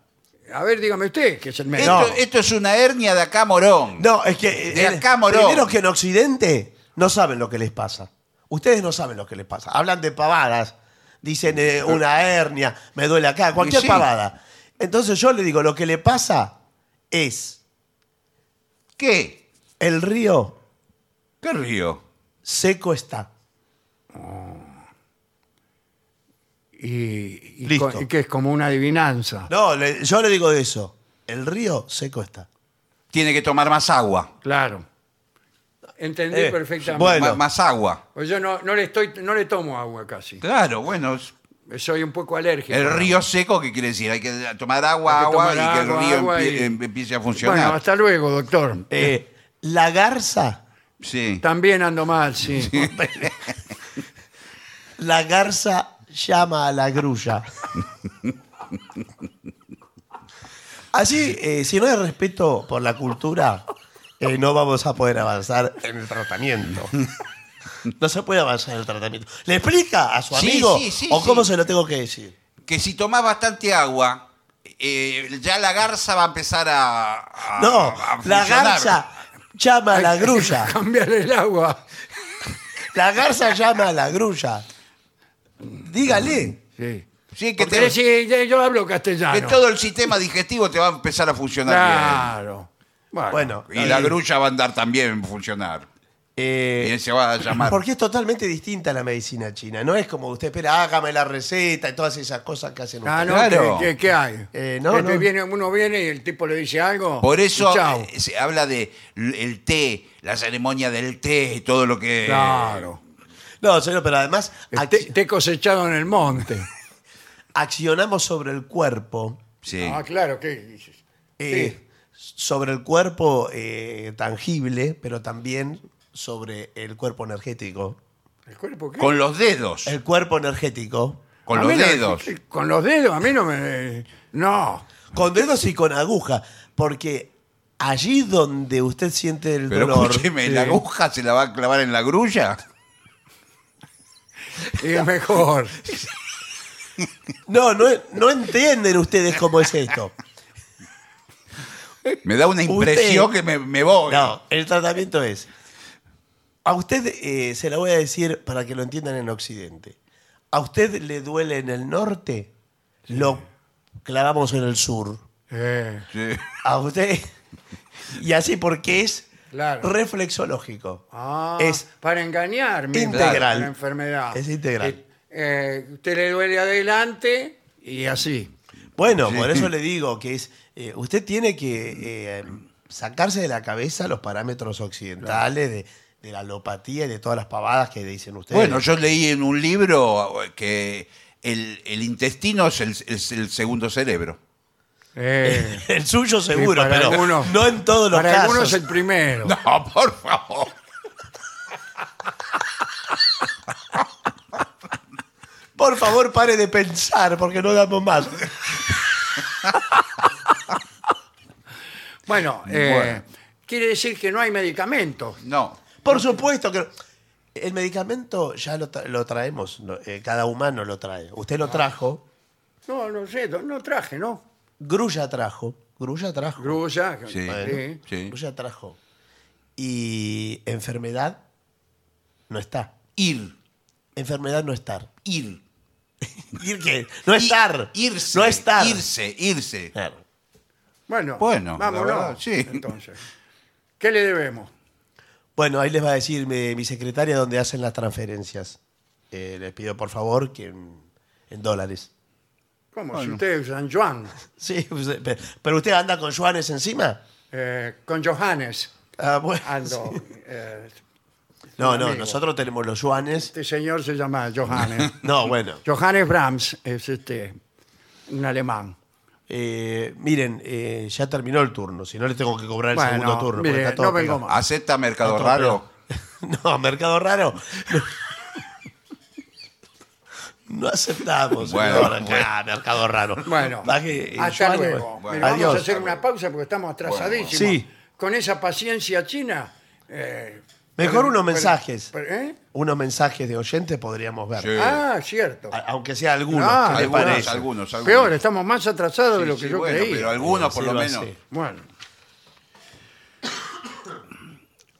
A ver, dígame usted, que es el médico.
Esto, esto es una hernia de acá morón.
No, es que.
De
eh,
acá, morón.
Primero que en Occidente no saben lo que les pasa. Ustedes no saben lo que les pasa. Hablan de pavadas. Dicen eh, una hernia, me duele acá, cualquier
sí.
pavada. Entonces yo le digo, lo que le pasa es
¿Qué?
el río
¿Qué río?
seco está.
Y, y
Listo.
co- y que es como una adivinanza.
No, le- yo le digo eso. El río seco está.
Tiene que tomar más agua.
Claro. Entendí
Eh,
perfectamente.
bueno.
Ma- Más agua.
Pues yo no, no le estoy, no le tomo agua casi.
Claro, bueno. es-
Soy un poco alérgico.
El río seco, ¿qué quiere decir? Hay que tomar
Hay
agua,
que
agua
tomar
y que el
agua,
río
agua
empie-
y-
em- empiece a
Bueno,
funcionar.
hasta luego, doctor.
Eh, la garza,
Sí.
También ando mal, sí.
la garza llama a la grulla. Así, eh, si no hay respeto por la cultura, eh, no vamos a poder avanzar en el tratamiento. No se puede avanzar en el tratamiento. ¿Le explica a su
Sí,
amigo?
sí, sí,
¿O
sí.
cómo se lo tengo que decir?
Que si tomás bastante agua, eh, ya la garza va a empezar a. a-
No,
Ah, a
la
funcionar.
garza llama a la grulla.
Cambiar el agua.
La garza llama a la grulla. Dígale.
Sí.
Sí, que,
Porque
te-
sí, ya- yo hablo
que
castellano.
todo el sistema digestivo te va a empezar a funcionar
Claro.
Bueno,
bien. Y la grulla va a andar también a funcionar.
eh,
Y él se va a llamar.
Porque es totalmente distinta la medicina china. No es como usted espera, hágame la receta y todas esas cosas que hacen
Ah,
ustedes.
no,
Claro.
¿qué, qué- qué hay?
Eh, no,
Que
no.
Viene, uno viene y el tipo le dice algo.
Por eso
y chao.
eh, se habla de l- el té, la ceremonia del té y todo lo que.
claro.
No, Este- señor, pero además
El
ac-
Te, te he Este cosechado en el monte.
accionamos sobre el cuerpo.
Sí.
Ah, claro, ¿qué dices?
eh, Sobre el cuerpo eh, tangible, pero también sobre el cuerpo energético.
¿El cuerpo qué?
Con los dedos.
El cuerpo energético.
Con
A
los
mí no-
dedos.
con los dedos, a mí no me. No.
Con dedos y con aguja. Porque allí donde usted siente el
Pero
dolor.
escúcheme,
Sí.
¿la aguja se la va a clavar en la grulla?
Y es mejor.
No, no, no entienden ustedes cómo es esto.
Me da una impresión
Usted-
que me, me voy.
No, el tratamiento es. A usted eh, se la voy a decir para que lo entiendan en Occidente. A usted le duele en el norte, lo clavamos en el sur.
Eh,
Sí.
A usted. Y así porque es
Claro.
reflexológico.
ah,
Es
para engañarme.
Integral.
La enfermedad.
Es integral.
Eh, eh, usted le duele adelante y así.
bueno, por eso le digo que es. eh, usted tiene que eh, sacarse de la cabeza los parámetros occidentales de, de la alopatía y de todas las pavadas que dicen ustedes.
Bueno, yo leí en un libro que el, el intestino es el, es el segundo cerebro.
Eh,
El suyo seguro,
para
pero
algunos-
no en todos los
para
casos.
algunos el primero.
No, por favor.
Por favor, pare de pensar, porque no damos más.
Bueno, eh,
Bueno.
quiere decir que no hay medicamentos.
No.
Por supuesto que... El medicamento ya lo, tra- lo traemos, no, eh, cada humano lo trae. Usted
Ah.
lo trajo,
No, no sé, no, no traje, ¿no?
Grulla trajo, Grulla trajo,
Grulla.
Sí.
sí.
sí.
Grulla Pues trajo. Y enfermedad no está.
Ir,
Enfermedad no estar.
ir.
¿Ir qué? No estar.
I- Irse.
No estar.
Irse, irse.
Claro.
Bueno,
Bueno, la
vámonos.
verdad, sí.
Entonces, ¿qué le debemos?
Bueno, ahí les va a decir mi, mi secretaria dónde hacen las transferencias. Eh, les pido por favor que en, en dólares.
¿Cómo? Si ustedes San Juan,
Sí, pues, pe- pero usted anda con Joanes encima.
eh, con Johannes,
Ah, bueno.
ando. eh,
No, no,
amigo.
nosotros tenemos los Joanes.
este señor se llama Johannes.
No, bueno.
Johannes Brahms es este, un alemán.
Eh, miren, eh, ya terminó el turno. Si no, les tengo que cobrar el
Bueno,
segundo turno. porque
mire,
está todo
no vengo
pegado.
más.
¿Acepta Mercado
Está todo
Raro?
pegado. No, mercado raro. No, no aceptamos.
Bueno,
señor,
bueno.
acá, mercado raro.
Bueno,
Baje, eh,
hasta
Joanes,
luego.
bueno.
Mire,
Adiós.
Vamos a hacer una pausa porque estamos atrasadísimos.
Bueno, bueno. Sí.
Con esa paciencia china, eh,
Mejor unos mensajes.
Pero- ¿eh?
Unos mensajes de oyentes podríamos ver.
Sí.
Ah, cierto.
A- Aunque sea algunos.
Ah,
¿qué le
algunos,
parece?
algunos, algunos.
Peor, estamos más atrasados de
Sí,
lo que
sí,
yo
bueno,
creí.
Pero algunos, por lo
Sí, lo
menos.
hace.
Bueno,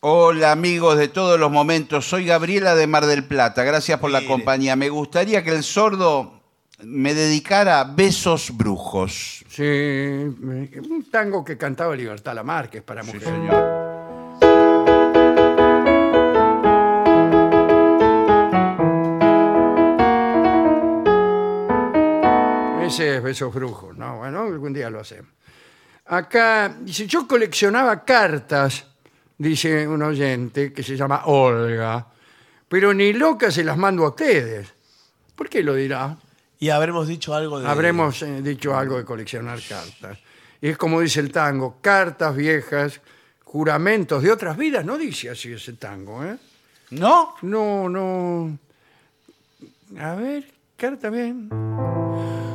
Hola amigos de todos los momentos, soy Gabriela de Mar del Plata, gracias por la
Mire.
compañía. Me gustaría que el sordo me dedicara a besos brujos.
sí, me- un tango que cantaba Libertad Lamarques para
Sí,
mujer.
señor.
Ese es Besos Brujos, ¿no? Bueno, algún día lo hacemos. Acá, dice, yo coleccionaba cartas, dice un oyente que se llama Olga, pero ni loca se las mando a ustedes. ¿Por qué lo dirá?
Y habremos dicho algo de.
Habremos eh, dicho algo de coleccionar cartas. Y es como dice el tango, cartas viejas, juramentos de otras vidas, no dice así ese tango, ¿eh?
¿No?
No, no. A ver, carta bien.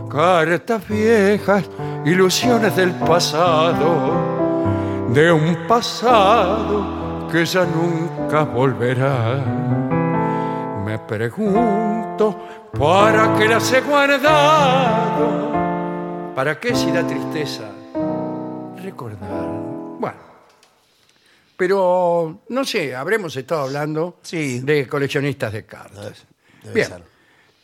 Cartas viejas, ilusiones del pasado, de un pasado que ya nunca volverá. Me pregunto, ¿para qué las he guardado? ¿Para qué si da tristeza recordar? Bueno. Pero, no sé, habremos estado hablando
Sí.
de coleccionistas de cartas.
Debe
Bien.
ser.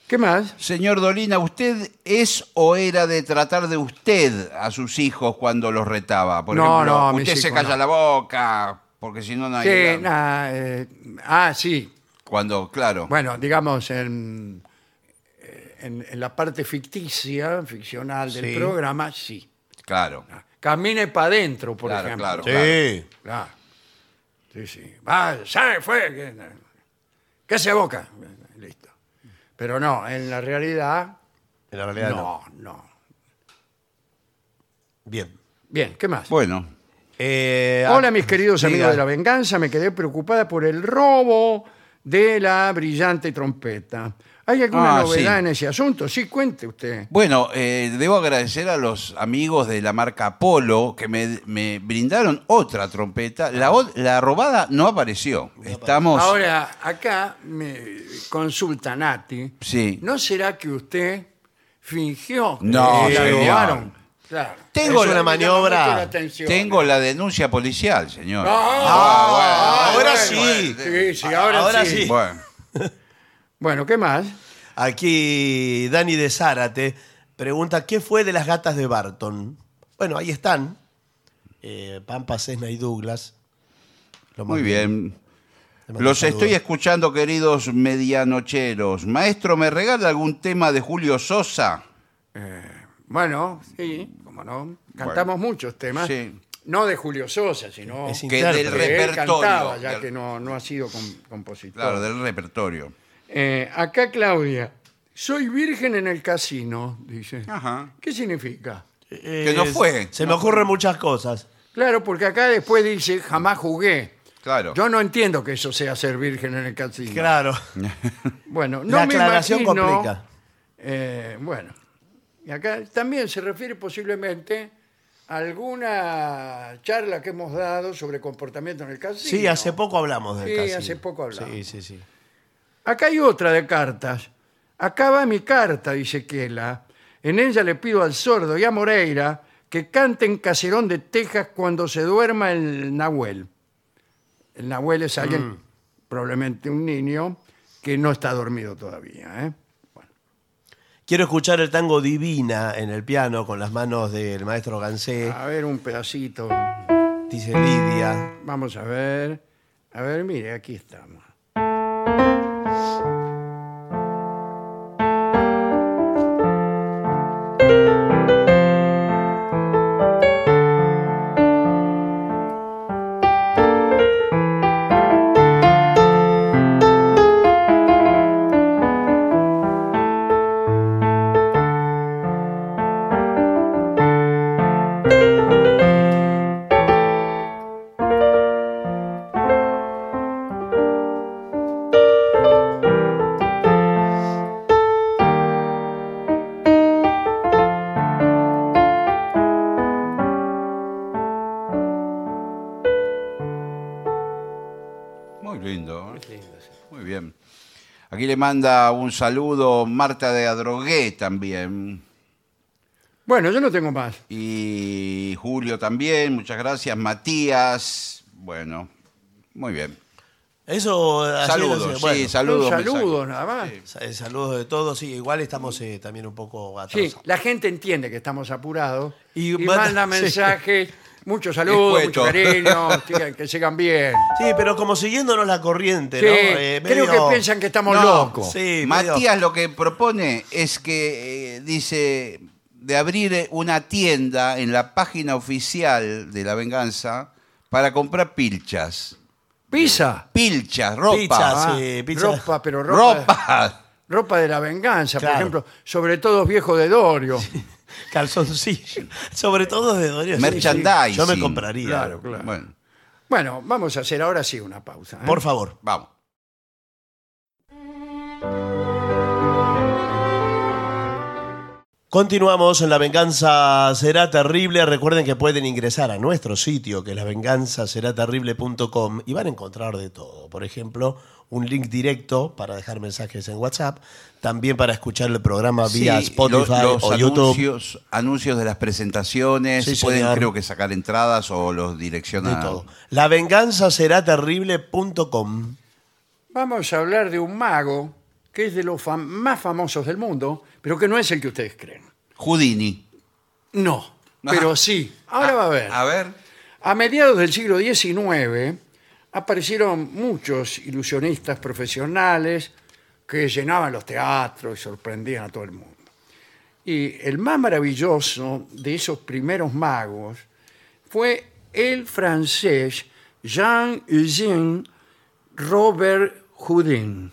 ¿Qué más?
Señor Dolina, ¿usted es o era de tratar de usted a sus hijos cuando los retaba? Por
No,
ejemplo,
no, a mis
usted se
hijos
calla
no.
la boca, porque si no, no hay...
Sí, na- eh, ah, sí.
Cuando, claro.
Bueno, digamos, en, eh, en, en la parte ficticia, ficcional del
Sí.
programa, sí.
Claro,
Camine para adentro, por
Claro,
ejemplo.
claro.
Sí.
Claro. Sí, sí. Va, sale, fue. ¿Qué se boca? Listo. Pero no, en la realidad,
En la realidad no.
no, no.
Bien.
Bien, ¿qué más?
bueno.
Eh,
Hola
ah,
mis queridos
diga.
amigos de la venganza, me quedé preocupada por el robo de la brillante trompeta. ¿Hay alguna
Ah,
novedad
sí.
en ese asunto? Sí, cuente usted.
Bueno, eh, debo agradecer a los amigos de la marca Polo que me, me brindaron otra trompeta. La, o- la robada no apareció. Estamos.
Ahora, acá me consulta Nati.
Sí.
¿No será que usted fingió que
No,
la
señor.
robaron? Claro.
Tengo
Eso
la
me llama
maniobra.
mucho la atención.
Tengo la denuncia policial, señor.
Ah,
Ah, ahora
bueno,
sí.
Sí, sí, ahora,
Ahora
sí.
sí.
Bueno,
Bueno, ¿qué más?
Aquí Dani de Zárate pregunta: ¿Qué fue de las gatas de Barton? Bueno, ahí están. Eh, Pampa, Cessna y Douglas. Lo más
muy bien.
Le mando
Los
saludos.
estoy escuchando, queridos medianocheros. Maestro, ¿me regala algún tema de Julio Sosa?
Bueno, sí, como no. Cantamos muchos temas.
Sí.
No de Julio Sosa, sino
Es
Que del
Intérprete.
que él cantaba,
repertorio.
ya
Del-
que no, no ha sido com- compositor.
Claro, del repertorio.
Eh, acá Claudia, soy virgen en el casino, dice.
Ajá.
¿Qué significa?
Eh,
Que no fue.
Se me ocurren muchas cosas.
Claro, porque acá después dice, jamás jugué.
Claro.
Yo no entiendo que eso sea ser virgen en el casino.
Claro.
Bueno, no
La
me
aclaración
imagino,
complica.
eh, bueno, y acá también se refiere posiblemente a alguna charla que hemos dado sobre comportamiento en el casino.
Sí, hace poco hablamos del
Sí,
casino.
hace poco hablamos.
Sí, sí, sí.
Acá hay otra de cartas. Acaba mi carta, dice Kela. En ella le pido al sordo y a Moreira que canten Caserón de Texas cuando se duerma el Nahuel. El Nahuel es alguien,
Mm.
probablemente un niño, que no está dormido todavía. ¿eh?
Quiero escuchar el tango Divina en el piano con las manos del maestro Gansé,
A ver un pedacito.
dice Lidia.
Vamos a ver. A ver, mire, aquí estamos. es lindo. sí.
¿eh? Muy bien. Aquí le manda un saludo Marta de Adrogué también.
Bueno, yo no tengo más.
Y Julio también, muchas gracias. Matías, bueno, muy bien.
Eso. así
Saludos,
no se-
sí,
bueno,
saludos.
Un saludo
mensajes.
nada más. Sí.
sa- saludos de todos. Sí, igual estamos eh, también un poco atrasados.
la gente entiende que estamos apurados
Y
y,
manda-
manda,
sí.
mensajes, muchos saludos,
Dispuesto.
muchos cariños, que- que sigan bien.
Sí, pero como siguiéndonos la corriente,
Sí,
¿no? Eh,
creo
medio-
que piensan que estamos
No,
locos.
Sí, medio-
Matías lo que propone es que eh, dice de abrir eh, una tienda en la página oficial de La Venganza para comprar pilchas.
Pizza.
Pilchas, ropa.
Pizzas. Ah, sí, pizza.
Ropa, pero ropa, ropa.
ropa.
de la venganza,
Claro.
por ejemplo, sobre todo viejo de Dorio.
Calzoncillo. Sobre todo de Dorio. sí,
Merchandising.
sí. Yo me compraría.
Claro, claro.
Bueno,
Bueno, vamos a hacer ahora sí una pausa. ¿eh?
Por favor.
vamos.
Continuamos en La Venganza Será Terrible. Recuerden que pueden ingresar a nuestro sitio, que es lavenganzaseraterrible.com, y van a encontrar de todo. Por ejemplo, un link directo para dejar mensajes en WhatsApp, también para escuchar el programa vía
Sí,
Spotify
lo- los
o YouTube.
anuncios, anuncios de las presentaciones,
Sí,
pueden
señor.
creo que sacar entradas o los
De
direccionan.
todo. Lavenganzaseraterrible.com.
Vamos a hablar de un mago que es de los fam- más famosos del mundo, pero que no es el que ustedes creen.
Houdini.
No, pero sí.
Ah,
Ahora va a ver.
A ver.
A mediados del siglo XIX aparecieron muchos ilusionistas profesionales que llenaban los teatros y sorprendían a todo el mundo. Y el más maravilloso de esos primeros magos fue el francés Jean-Eugène Robert Houdin.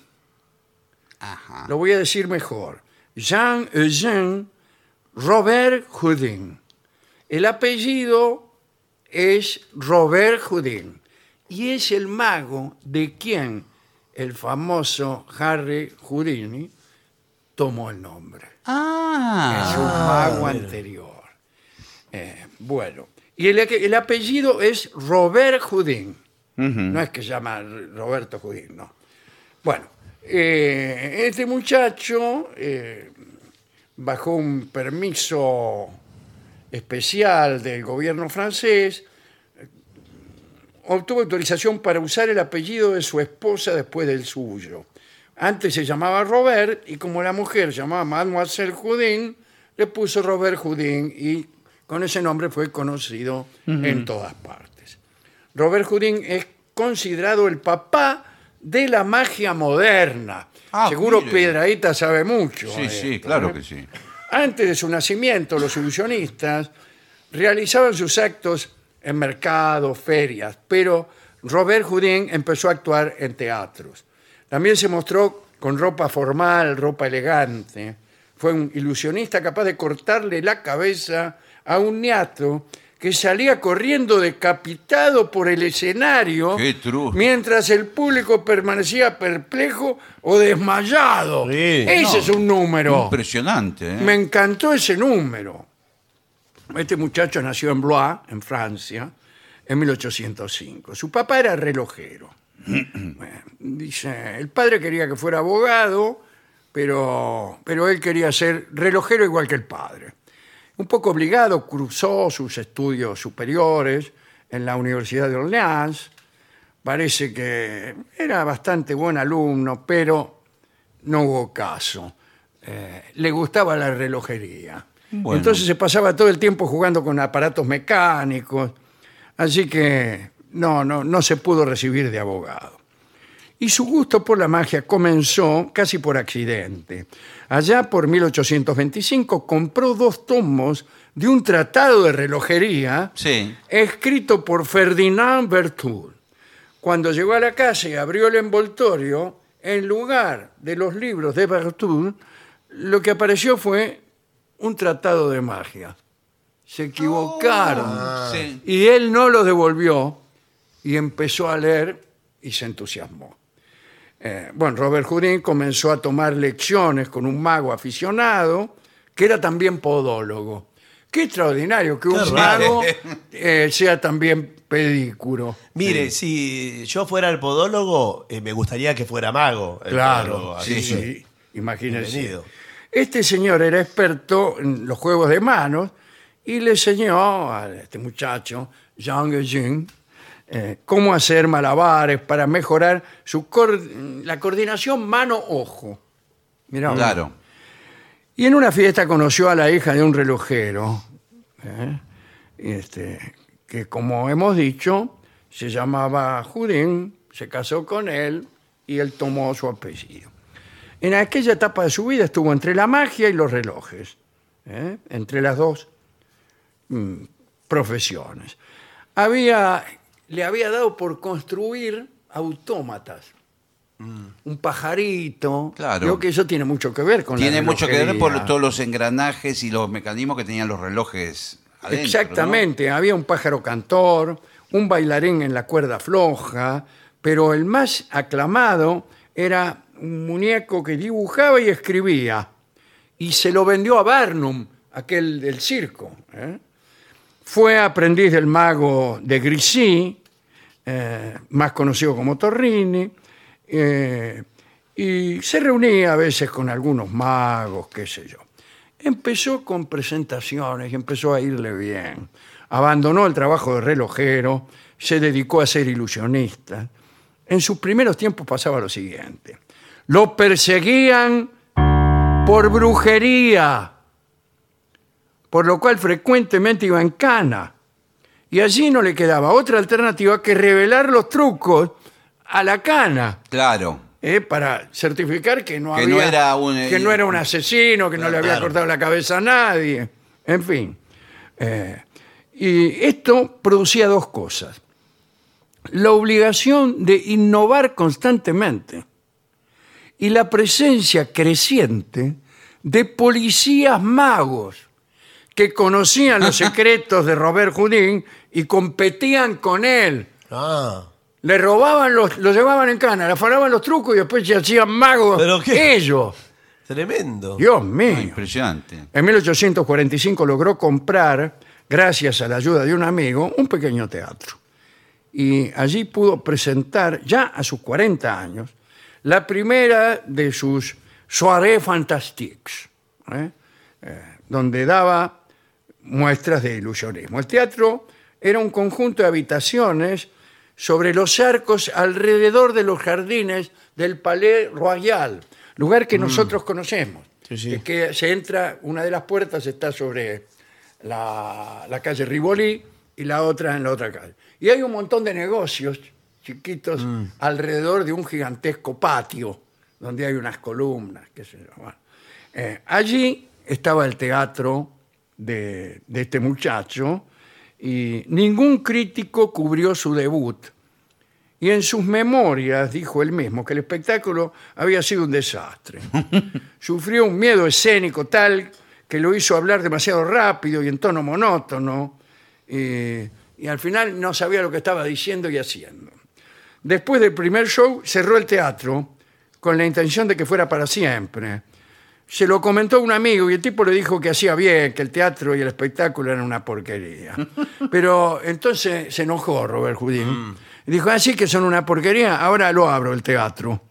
Lo voy a decir mejor. Jean-Eugène Robert Houdin. El apellido es Robert Houdin y es el mago de quien el famoso Harry Houdini tomó el nombre. Es un
Ah.
mago anterior. Eh, bueno, y el, el apellido es Robert Houdin. No es que se llama Roberto Houdin, no. Bueno, eh, este muchacho eh, bajo un permiso especial del gobierno francés eh, obtuvo autorización para usar el apellido de su esposa después del suyo. Antes se llamaba Robert y como la mujer se llamaba Mademoiselle Houdin, le puso Robert Houdin y con ese nombre fue conocido en todas partes. Robert Houdin es considerado el papá de la magia moderna.
Ah,
Seguro
mire.
Piedraíta sabe mucho. de
Sí, sí,
esto,
claro
¿eh?
que sí.
Antes de su nacimiento, los ilusionistas realizaban sus actos en mercados, ferias, pero Robert Houdin empezó a actuar en teatros. También se mostró con ropa formal, ropa elegante. Fue un ilusionista capaz de cortarle la cabeza a un niato que salía corriendo decapitado por el escenario
Qué truco.
mientras el público permanecía perplejo o desmayado.
Sí,
Ese
no.
es un número.
Impresionante. ¿eh?
Oh. Me encantó ese número. Este muchacho nació en Blois, en Francia, en 1805. Su papá era relojero. Bueno, Dice, el padre quería que fuera abogado, pero, pero él quería ser relojero igual que el padre. Un poco obligado, cruzó sus estudios superiores en la Universidad de Orleans. Parece que era bastante buen alumno, pero no hubo caso. Eh, le gustaba la relojería.
Bueno.
Entonces se pasaba todo el tiempo jugando con aparatos mecánicos. Así que no, no, no se pudo recibir de abogado. Y su gusto por la magia comenzó casi por accidente. Allá por 1825 compró dos tomos de un tratado de relojería
Sí.
escrito por Ferdinand Bertoul. Cuando llegó a la casa y abrió el envoltorio, en lugar de los libros de Bertoul, lo que apareció fue un tratado de magia. Se equivocaron.
Ah. Sí.
Y él no lo devolvió y empezó a leer y se entusiasmó. Eh, bueno, Robert Houdin comenzó a tomar lecciones con un mago aficionado que era también podólogo, Qué extraordinario que un
Qué
mago
raro.
eh, sea también pedículo.
Mire, si yo fuera el podólogo, eh, me gustaría que fuera mago. el podólogo,
Claro,
así
sí,
que,
sí. Imagínense.
Bienvenido.
Este señor era experto en los juegos de manos y le enseñó a este muchacho, Zhang Jing, cómo hacer malabares para mejorar su cor- la coordinación mano-ojo. Mirá,
Claro.
y en una fiesta conoció a la hija de un relojero, ¿eh? este, que como hemos dicho, se llamaba Judín, se casó con él y él tomó su apellido. En aquella etapa de su vida estuvo entre la magia y los relojes, ¿eh? entre las dos mm, profesiones. Había, le había dado por construir autómatas. Un pajarito.
Claro.
Creo que eso tiene mucho que ver con la
Tiene mucho que ver por
relojería.
todos los engranajes y los mecanismos que tenían los relojes. adentro, ¿no?
Exactamente, había un pájaro cantor, un bailarín en la cuerda floja, pero el más aclamado era un muñeco que dibujaba y escribía, y se lo vendió a Barnum, aquel del circo. ¿eh? Fue aprendiz del mago de Grisi, eh, más conocido como Torrini, eh, y se reunía a veces con algunos magos, qué sé yo. Empezó con presentaciones y empezó a irle bien. Abandonó el trabajo de relojero, se dedicó a ser ilusionista. En sus primeros tiempos pasaba lo siguiente. Lo perseguían por brujería, por lo cual frecuentemente iba en cana. Y allí no le quedaba otra alternativa que revelar los trucos a la cana.
Claro.
¿eh? para certificar que no
Que
había-
no era un-
que no era un asesino, que no le había
claro.
cortado la cabeza a nadie, en fin. Eh, y esto producía dos cosas. La obligación de innovar constantemente y la presencia creciente de policías magos que conocían los secretos de Robert Houdin y competían con él.
Ah,
Le robaban los, los llevaban en cana, le afanaban los trucos y después se hacían magos
¿Pero qué?
ellos.
tremendo.
Dios mío.
Impresionante.
En 1845 logró comprar, gracias a la ayuda de un amigo, un pequeño teatro. Y allí pudo presentar, ya a sus 40 años, la primera de sus soirées fantastiques, ¿eh? Eh, donde daba muestras de ilusionismo. El teatro era un conjunto de habitaciones sobre los arcos alrededor de los jardines del Palais Royal, lugar que nosotros conocemos.
Mm.
Eh,
Sí, sí.
que que se entra, una de las puertas está sobre la, la calle Rivoli y la otra en la otra calle. Y hay un montón de negocios chiquitos alrededor de un gigantesco patio donde hay unas columnas, qué sé yo. Bueno, eh, allí estaba el teatro de, de este muchacho y ningún crítico cubrió su debut. Y en sus memorias dijo él mismo que el espectáculo había sido un desastre. Sufrió un miedo escénico tal que lo hizo hablar demasiado rápido y en tono monótono. eh, y al final no sabía lo que estaba diciendo y haciendo. Después del primer show cerró el teatro con la intención de que fuera para siempre. Se lo comentó un amigo y el tipo le dijo que hacía bien, que el teatro y el espectáculo eran una porquería. Pero entonces se enojó Robert Houdin. Y dijo, así que son una porquería, ahora lo abro el teatro.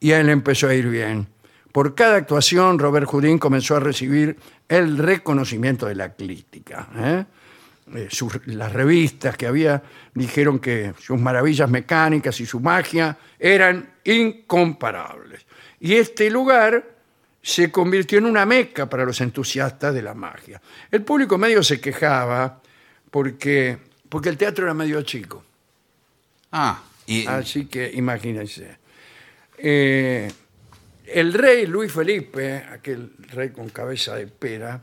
Y a él le empezó a ir bien. Por cada actuación, Robert Houdin comenzó a recibir el reconocimiento de la crítica. ¿eh? eh, sus- las revistas que había dijeron que sus maravillas mecánicas y su magia eran incomparables. Y este lugar se convirtió en una meca para los entusiastas de la magia. El público medio se quejaba porque, porque el teatro era medio chico.
Ah, y
Así que imagínense. Eh, el rey Luis Felipe, aquel rey con cabeza de pera,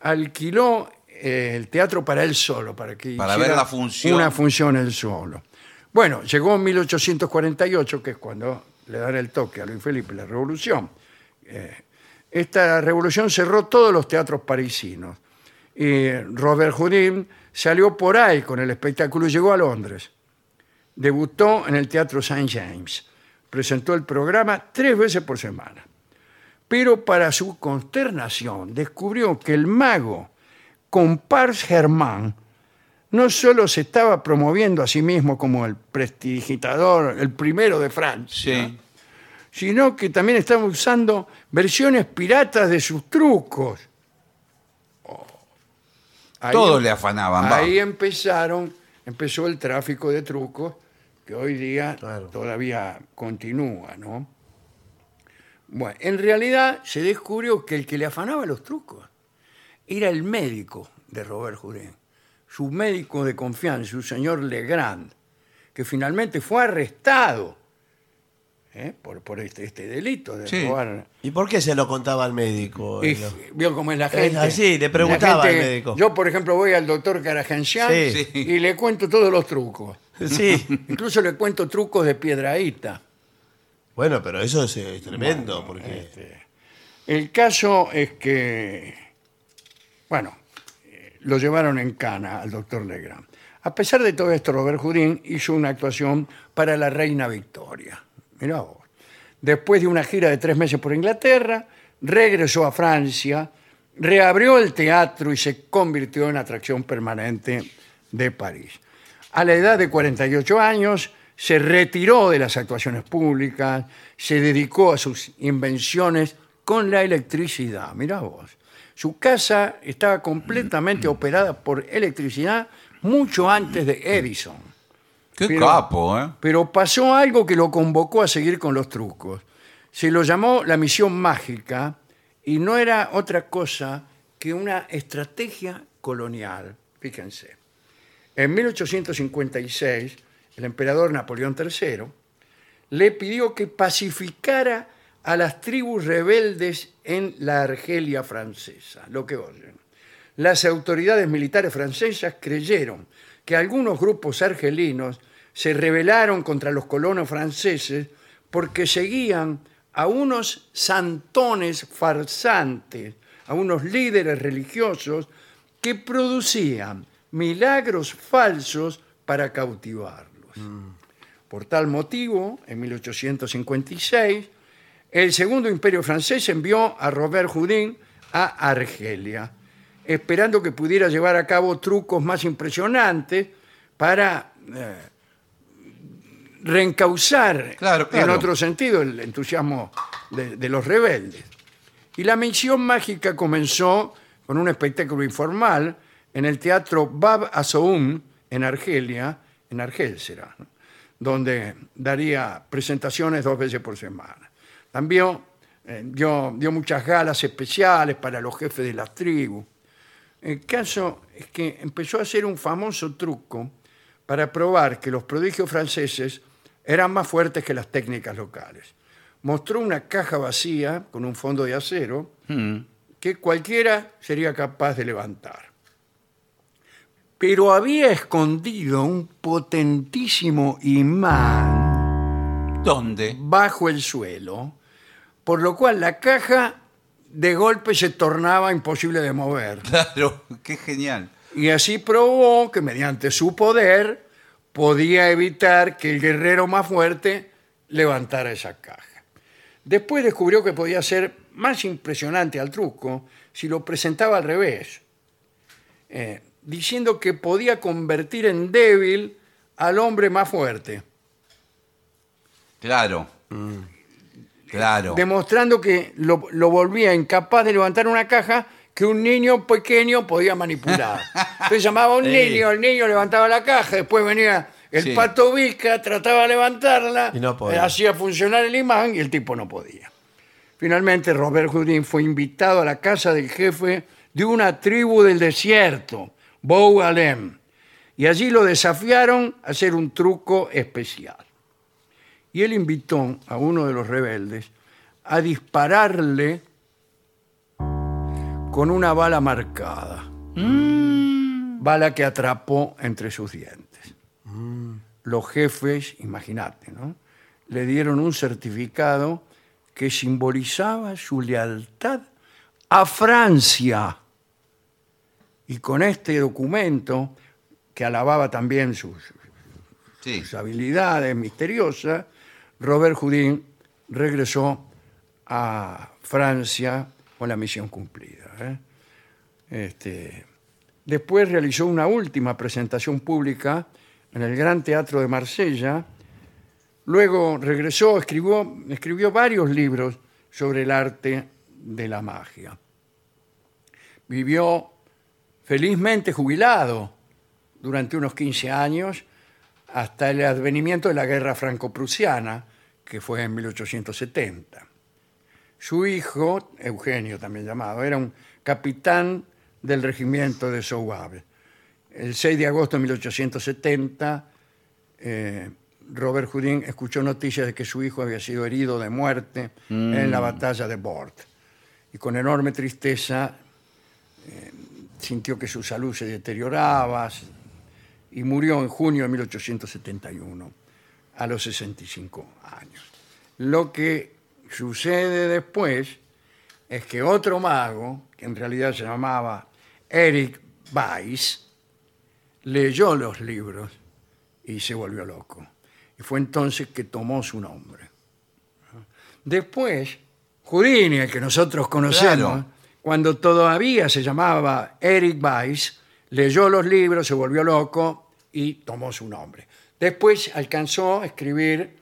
alquiló eh, el teatro para él solo, para que
Para
hiciera
ver la función.
Una función él solo. Bueno, llegó en 1848, que es cuando le dan el toque a Luis Felipe, la revolución. Eh, esta revolución cerró todos los teatros parisinos. Y Robert Houdin salió por ahí con el espectáculo y llegó a Londres. Debutó en el Teatro St. James. Presentó el programa tres veces por semana. Pero para su consternación descubrió que el mago Compars Germán no solo se estaba promoviendo a sí mismo como el prestigitador, el primero de Francia,
Sí.
sino que también estaba usando versiones piratas de sus trucos. Oh. Ahí-
Todo le afanaban. va.
Ahí empezaron, empezó el tráfico de trucos que hoy día
Claro.
todavía continúa, ¿no? Bueno, en realidad se descubrió que el que le afanaba los trucos era el médico de Robert Jurén, su médico de confianza, un señor Legrand, que finalmente fue arrestado ¿eh? por, por este, este delito de
Sí.
robar
¿Y por qué se lo contaba al médico? Eh,
y
Lo-
vio cómo es la
Es
gente.
así, le
La
preguntaba
gente-
al médico.
Yo, por ejemplo, voy al doctor Carajancián
Sí.
Sí.
y le cuento todos los trucos.
Sí.
Incluso le cuento trucos de piedraíta.
bueno, pero eso es, eh, tremendo, porque...
este. El caso es que, bueno, eh, lo llevaron en cana al doctor Legrand. A pesar de todo esto, Robert Judín hizo una actuación para la reina Victoria. Mirá vos. Después de una gira de tres meses por Inglaterra, regresó a Francia, reabrió el teatro y se convirtió en atracción permanente de París. A la edad de 48 años, se retiró de las actuaciones públicas, se dedicó a sus invenciones con la electricidad. Mirá vos. Su casa estaba completamente operada por electricidad mucho antes de Edison.
Qué
Pero-
capo, ¿eh?
Pero pasó algo que lo convocó a seguir con los trucos. Se lo llamó la misión mágica y no era otra cosa que una estrategia colonial. Fíjense. En 1856, el emperador Napoleón III le pidió que pacificara a las tribus rebeldes en la Argelia francesa, lo que oyen. Las autoridades militares francesas creyeron que algunos grupos argelinos se rebelaron contra los colonos franceses porque seguían a unos santones farsantes, a unos líderes religiosos que producían milagros falsos para cautivarlos. Por tal motivo, en 1856, el Segundo Imperio francés envió a Robert Houdin a Argelia, esperando que pudiera llevar a cabo trucos más impresionantes para eh, reencauzar,
Claro,
en
claro.
otro sentido, el entusiasmo de- de los rebeldes. Y la misión mágica comenzó con un espectáculo informal en el teatro Bab Azoum en Argelia, en Argel será, ¿no? donde daría presentaciones dos veces por semana. También eh, dio, dio muchas galas especiales para los jefes de las tribus. El caso es que empezó a hacer un famoso truco para probar que los prodigios franceses eran más fuertes que las técnicas locales. Mostró una caja vacía con un fondo de acero que cualquiera sería capaz de levantar. Pero había escondido un potentísimo imán
¿Dónde?
bajo el suelo, por lo cual la caja de golpe se tornaba imposible de mover.
Claro, qué genial.
Y así probó que mediante su poder podía evitar que el guerrero más fuerte levantara esa caja. Después descubrió que podía ser más impresionante al truco si lo presentaba al revés, eh, diciendo que podía convertir en débil al hombre más fuerte,
Claro.
Mm.
Claro.
demostrando que lo, lo volvía incapaz de levantar una caja que un niño pequeño podía manipular. Entonces llamaba a un
Sí.
niño, el niño levantaba la caja, después venía el
Sí.
pato Vizca, trataba de levantarla,
Y no podía.
eh, hacía funcionar el imán y el tipo no podía. Finalmente, Robert Houdin fue invitado a la casa del jefe de una tribu del desierto, Boualem, y allí lo desafiaron a hacer un truco especial. Y él invitó a uno de los rebeldes a dispararle con una bala marcada,
Mm.
bala que atrapó entre sus dientes. Los jefes, imagínate, ¿no? le dieron un certificado que simbolizaba su lealtad a Francia. Y con este documento, que alababa también sus,
Sí.
sus habilidades misteriosas, Robert Houdin regresó a Francia con la misión cumplida. ¿eh? Este, Después realizó una última presentación pública en el Gran Teatro de Marsella. Luego regresó, escribió, escribió varios libros sobre el arte de la magia. Vivió felizmente jubilado durante unos 15 años hasta el advenimiento de la guerra franco-prusiana, que fue en 1870. Su hijo, Eugenio también llamado, era un capitán del regimiento de Sauvabe. El 6 de agosto de 1870, eh, Robert Houdin escuchó noticias de que su hijo había sido herido de muerte en la batalla de Bord. Y con enorme tristeza eh, sintió que su salud se deterioraba se- y murió en junio de 1871, a los 65 años. Lo que sucede después es que otro mago, que en realidad se llamaba Eric Weiss, leyó los libros y se volvió loco. Y fue entonces que tomó su nombre. Después, Houdini, el que nosotros conocemos,
Claro.
cuando todavía se llamaba Eric Weiss, leyó los libros, se volvió loco y tomó su nombre. Después alcanzó a escribir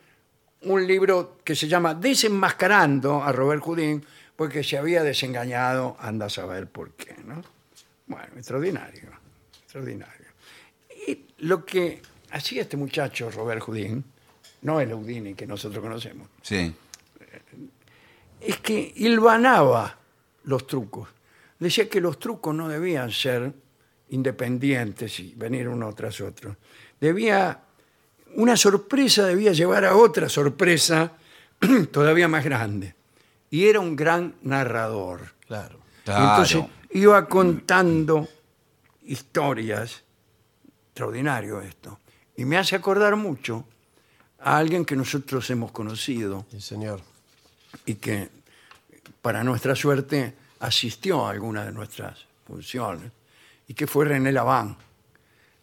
un libro que se llama Desenmascarando a Robert Houdin, porque se había desengañado, anda a saber por qué, ¿no? Bueno, extraordinario, extraordinario. Y lo que hacía este muchacho, Robert Houdin, no el Houdini que nosotros conocemos,
Sí.
es que hilvanaba los trucos. Decía que los trucos no debían ser independientes y venir uno tras otro. Debía, una sorpresa debía llevar a otra sorpresa todavía más grande. Y era un gran narrador.
Claro.
Claro.
Entonces iba contando historias, extraordinario esto, y me hace acordar mucho a alguien que nosotros hemos conocido
Sí, señor.
y que para nuestra suerte asistió a alguna de nuestras funciones, y que fue René Laván,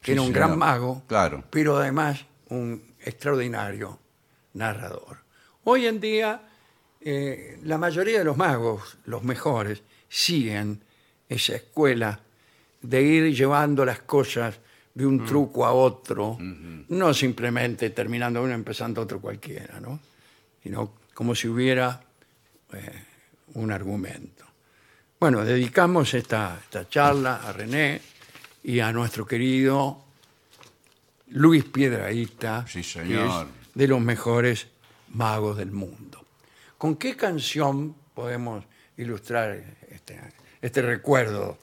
que
Sí,
era un
señor.
gran mago,
Claro.
pero además un extraordinario narrador. Hoy en día, eh, la mayoría de los magos, los mejores, siguen esa escuela de ir llevando las cosas de
Mm.
un truco a otro, no simplemente terminando uno y empezando otro cualquiera, ¿no? sino como si hubiera eh, un argumento. Bueno, dedicamos esta, esta charla a René y a nuestro querido Luis Piedraíta,
Sí, señor.
que es de los mejores magos del mundo. ¿Con qué canción podemos ilustrar este, este recuerdo?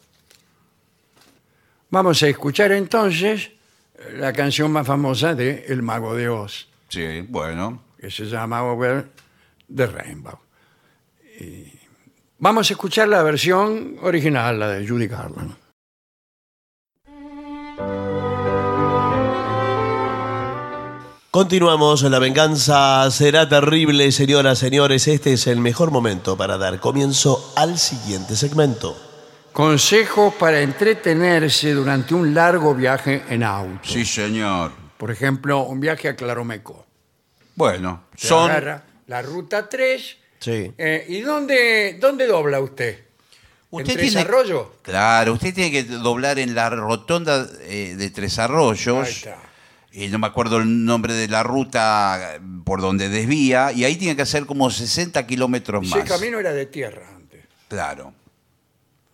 Vamos a escuchar entonces la canción más famosa de El Mago de Oz,
Sí, bueno.
que se llama Over the Rainbow. Y vamos a escuchar la versión original, la de Judy Garland.
Continuamos, la venganza será terrible, señoras, señores. Este es el mejor momento para dar comienzo al siguiente segmento.
Consejos para entretenerse durante un largo viaje en auto.
Sí, señor.
Por ejemplo, un viaje a Claromeco.
Bueno,
Se
son
agarra la ruta 3.
Sí.
eh, ¿Y dónde, dónde dobla usted?
Usted
¿En
tiene-
Tres Arroyos?
Claro, usted tiene que doblar en la rotonda eh, de Tres
Ahí
Arroyos.
está.
Y no me acuerdo el nombre de la ruta eh, por donde desvía. Y ahí tiene que hacer como 60 kilómetros más.
Ese camino era de tierra antes.
Claro.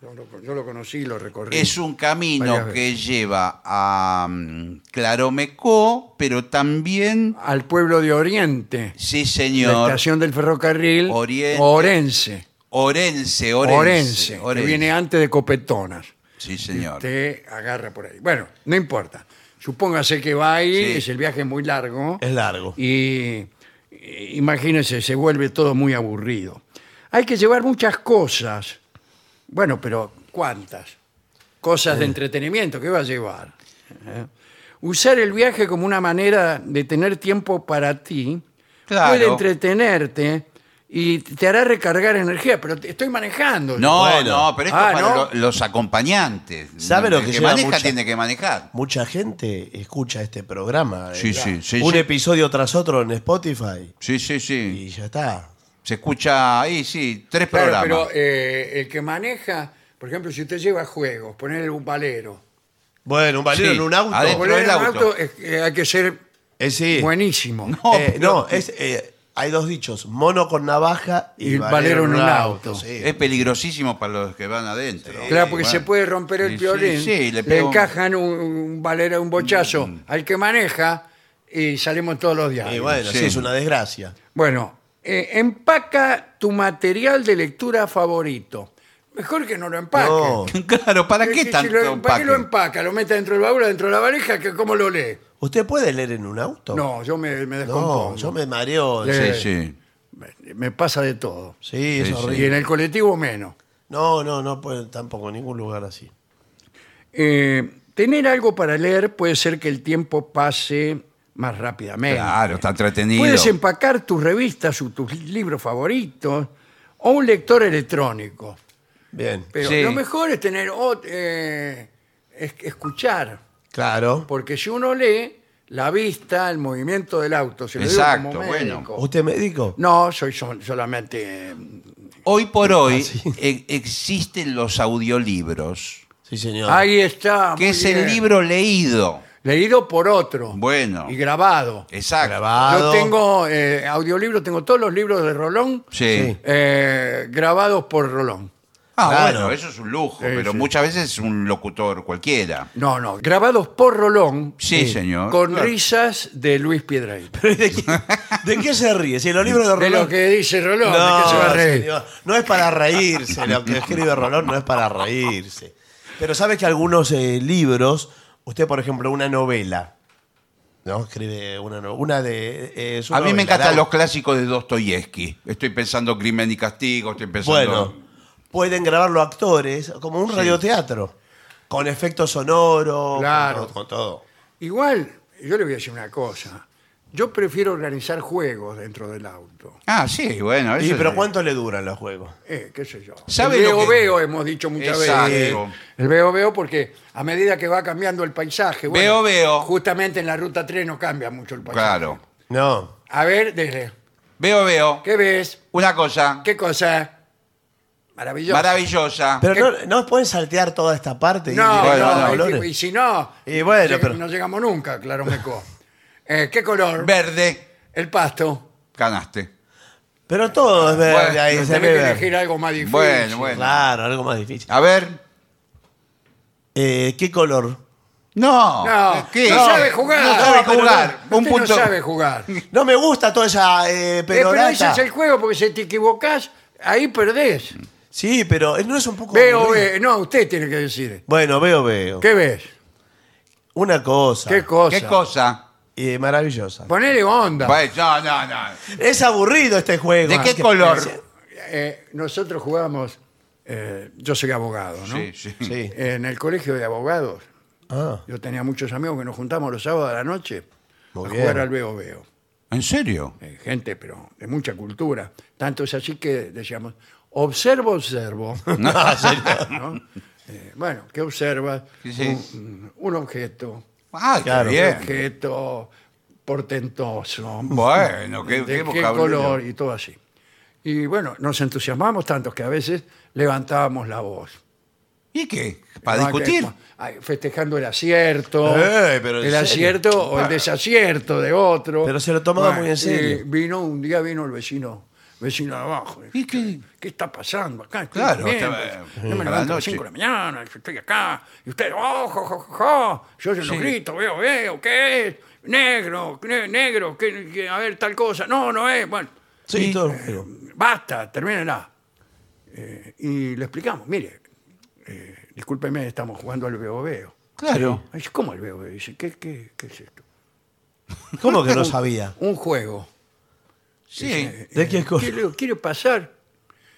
Yo lo, yo lo conocí, lo recorrí.
Es un camino
Varias
que lleva a mm, Claromecó, pero también,
Al pueblo de Oriente.
sí
La
señor,
estación del ferrocarril.
Oriente.
Orense.
Orense, Orense.
Orense. Que
Orense.
viene antes de Copetonas.
Sí señor.
Te agarra por ahí. Bueno, no importa. Supóngase que va ahí,
Sí.
es el viaje es muy largo.
Es largo.
y eh, imagínense, se vuelve todo muy aburrido. Hay que llevar muchas cosas. Bueno, pero ¿cuántas? Cosas de entretenimiento, ¿qué va a llevar? ¿Eh? Usar el viaje como una manera de tener tiempo para ti
Claro.
puede entretenerte y te hará recargar energía, pero te- estoy manejando.
No,
Bueno.
no, pero esto
Ah,
es para
¿no?
lo- los acompañantes.
¿Sabe lo
El
que
que
lleva
maneja
mucha-
tiene que manejar.
Mucha gente escucha este programa.
Sí,
eh,
sí, sí,
Un
sí.
episodio tras otro en Spotify.
Sí, sí, sí.
Y ya está.
Se escucha ahí, sí, tres
Claro,
programas.
pero eh, el que maneja, por ejemplo, si usted lleva juegos, poner un valero,
Bueno, un balero
Sí,
en un auto.
adentro.
Volar en
del
auto,
auto.
es que hay que ser
Eh, sí.
buenísimo.
Eh, no, es, eh, hay dos dichos: mono con navaja y,
Y
valero en un auto.
auto.
sí.
Es peligrosísimo para los que van adentro.
eh, Claro, porque
Bueno.
se puede romper
Sí,
el violín,
sí, sí,
le,
le pega un- Mm.
encajan un, un valero, un bochazo al que maneja y salimos todos los días.
Y
bueno,
bueno,
Sí.
sí, es una desgracia.
eh, empaca tu material de lectura favorito. Mejor que no lo empaque.
No.
Claro, ¿para
Es
qué
que si
tanto
lo- ¿Para qué lo
empaque?
empaca? ¿Lo mete dentro del baúl, dentro de la valija? que ¿Cómo lo lee?
¿Usted puede leer en un auto?
No, yo me, me descompongo.
No, yo me mareo.
Le-
Sí,
Sí,
Eh.
sí.
me... pasa de todo.
es
Sí, sí.
horrible.
Y en el colectivo menos.
No, no, no puede tampoco, en ningún lugar así.
Eh, tener algo para leer puede ser que el tiempo pase más rápidamente.
Claro, está entretenido.
Puedes empacar tus revistas o tus libros favoritos o un lector electrónico.
Bien.
Pero
Sí.
lo mejor es tener ot- eh, es- escuchar,
Claro.
porque si uno lee la vista, el movimiento del auto, se lo digo
Exacto,
como
bueno.
médico.
¿Usted médico?
No, soy sol- solamente eh,
Hoy por
Ah,
hoy
sí.
e- existen los audiolibros,
Sí, señor.
Ahí está.
que
Ah, muy
es el
bien.
libro leído.
leído por otro.
Bueno.
Y grabado.
Exacto.
Grabado.
Yo tengo eh, audiolibros, tengo todos los libros de Rolón
Sí.
Sí.
eh, grabados por Rolón.
Ah,
Claro.
bueno, eso es un lujo,
Sí,
pero
sí.
muchas veces es un locutor cualquiera.
No, no, grabados por Rolón.
Sí, señor.
Con
Claro.
risas de Luis Piedrahita.
¿De qué, de qué se ríe? Si en los libros de
De
Rolón.
lo que dice Rolón,
no,
¿de qué se va a reír?
señor, no es para reírse. Lo que escribe Rolón no es para reírse. Pero sabes que algunos eh, libros, usted, por ejemplo, una novela. ¿No? Escribe una, no- una de. eh, su
A mí me
novela,
encantan
Arau-
los clásicos de Dostoyevsky. Estoy pensando Crimen y Castigo, estoy pensando...
Bueno, pueden grabarlo actores, como un radioteatro, con efectos sonoros,
Claro.
con, con todo.
Igual, yo le voy a decir una cosa. Yo prefiero organizar juegos dentro del auto.
Ah, sí, bueno.
Y,
eso
pero
es-
¿cuánto le duran los juegos?
Eh, qué sé yo.
¿Sabe
el
lo
veo
que-
veo, hemos dicho muchas
Exacto.
veces. eh, El veo veo porque a medida que va cambiando el paisaje. bueno,
Veo, veo.
Justamente en la ruta 3 no cambia mucho el paisaje.
Claro.
No.
A ver, desde.
Veo, veo.
¿Qué ves?
Una cosa
¿Qué cosa? Maravilloso.
maravillosa.
Pero no, no pueden saltear toda esta parte. y
No,
directo
bueno,
a
no,
los
y-
olores.
y, si no,
Y bueno,
lleg-
pero-
no llegamos nunca, claro, Meco. Eh, ¿Qué color?
Verde,
El pasto.
ganaste.
Pero todo es verde
Bueno,
ahí.
Tenés
Se
que
ve verde.
elegir algo más difícil.
Bueno, bueno.
Claro, algo más difícil.
A ver.
Eh, ¿Qué color?
No.
No,
¿Qué?
no sabe jugar.
No sabe
No, pero
jugar.
no,
Un
usted
punto.
no sabe jugar. Eh,
No me gusta toda esa eh,
pero ese
perorata.
es el juego, porque si te equivocás, ahí perdés.
Sí, pero eh, no es un poco.
Veo,
aburrido?
veo. No, usted tiene que decir.
Bueno, veo, veo.
¿Qué ves?
Una cosa
¿Qué cosa?
¿Qué cosa?
eh, maravillosa.
Ponele onda.
Bueno, no, no, no.
Es aburrido este juego.
¿De qué
Que-
color?
Eh, nosotros jugábamos, eh, yo soy abogado, ¿no?
Sí, sí.
Sí.
En el colegio de abogados,
Ah.
yo tenía muchos amigos que nos juntamos los sábados a la noche
Muy
a
bien.
jugar al veo veo.
¿En serio?
Eh, gente, pero de mucha cultura. Tanto es así que decíamos, observo, observo. ¿no? Eh, bueno, ¿qué observas?
Sí, sí.
Un, mm, un objeto,
Ah, claro.
Claro.
un
bien.
objeto portentoso.
Bueno, qué,
¿De
qué
qué
vocabulario.
color? Y todo así. Y bueno, nos entusiasmamos tanto que a veces levantábamos la voz.
¿Y qué? ¿Para
¿No?
discutir?
Que- Ah, ay, Festejando el acierto,
Eh, pero en
el
serio.
acierto o el desacierto de otro.
Pero se lo tomaba muy en
y
serio.
Vino, un día vino el vecino, vecino de abajo.
¿Y qué?
¿Qué está pasando acá? Estoy
Claro,
durmiendo,
estaba-
yo me
a la
levanto a las
noche.
5 de la mañana, yo estoy acá, y usted, ojo, jo, jo, jo". yo se lo
Sí.
grito, veo, veo, ¿qué es? Negro, ne- negro, ¿qué- qué- a ver, tal cosa, no, no es, bueno,
Sí, todo.
basta, termínenla. Eh, y le explicamos, mire, eh, discúlpeme, estamos jugando al veo, veo.
Claro.
Ay, ¿Cómo el veo, veo? Dice, ¿qué, qué, qué es esto?
¿Cómo que no sabía?
Un juego.
Sí.
¿De qué cosa?
Eh, ¿Quiere, quiere pasar?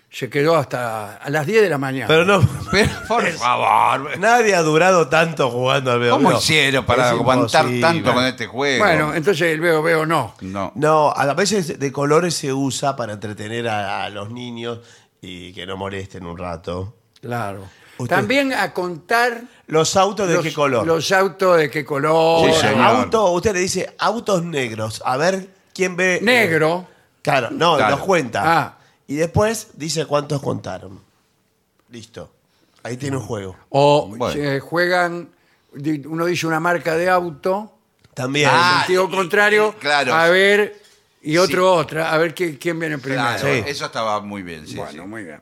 Se quedó hasta a las 10 de la mañana.
Pero no,
Pero, por favor.
nadie ha durado tanto jugando al veo.
¿Cómo hicieron para aguantar tanto con este juego?
Bueno, entonces el veo veo no.
no.
No, a veces de colores se usa para entretener a, a los niños y que no molesten un rato.
Claro.
Usted-
También a contar
¿Los autos de
los,
qué color?
los autos de qué color.
Sí,
Ahora,
señor.
auto, usted le dice autos negros. A ver quién ve. eh,
Negro.
Claro, no,
Claro.
los cuenta.
Ah.
Y después dice cuántos contaron. Listo. Ahí tiene un juego.
O
Bueno.
se juegan di- uno dice una marca de auto,
También.
Ah,
en sentido
y-
contrario,
y- claro.
a ver, y otro otra, a ver qué- quién viene primero.
Claro,
Sí.
eso estaba muy bien. sí,
Bueno,
sí.
muy bien.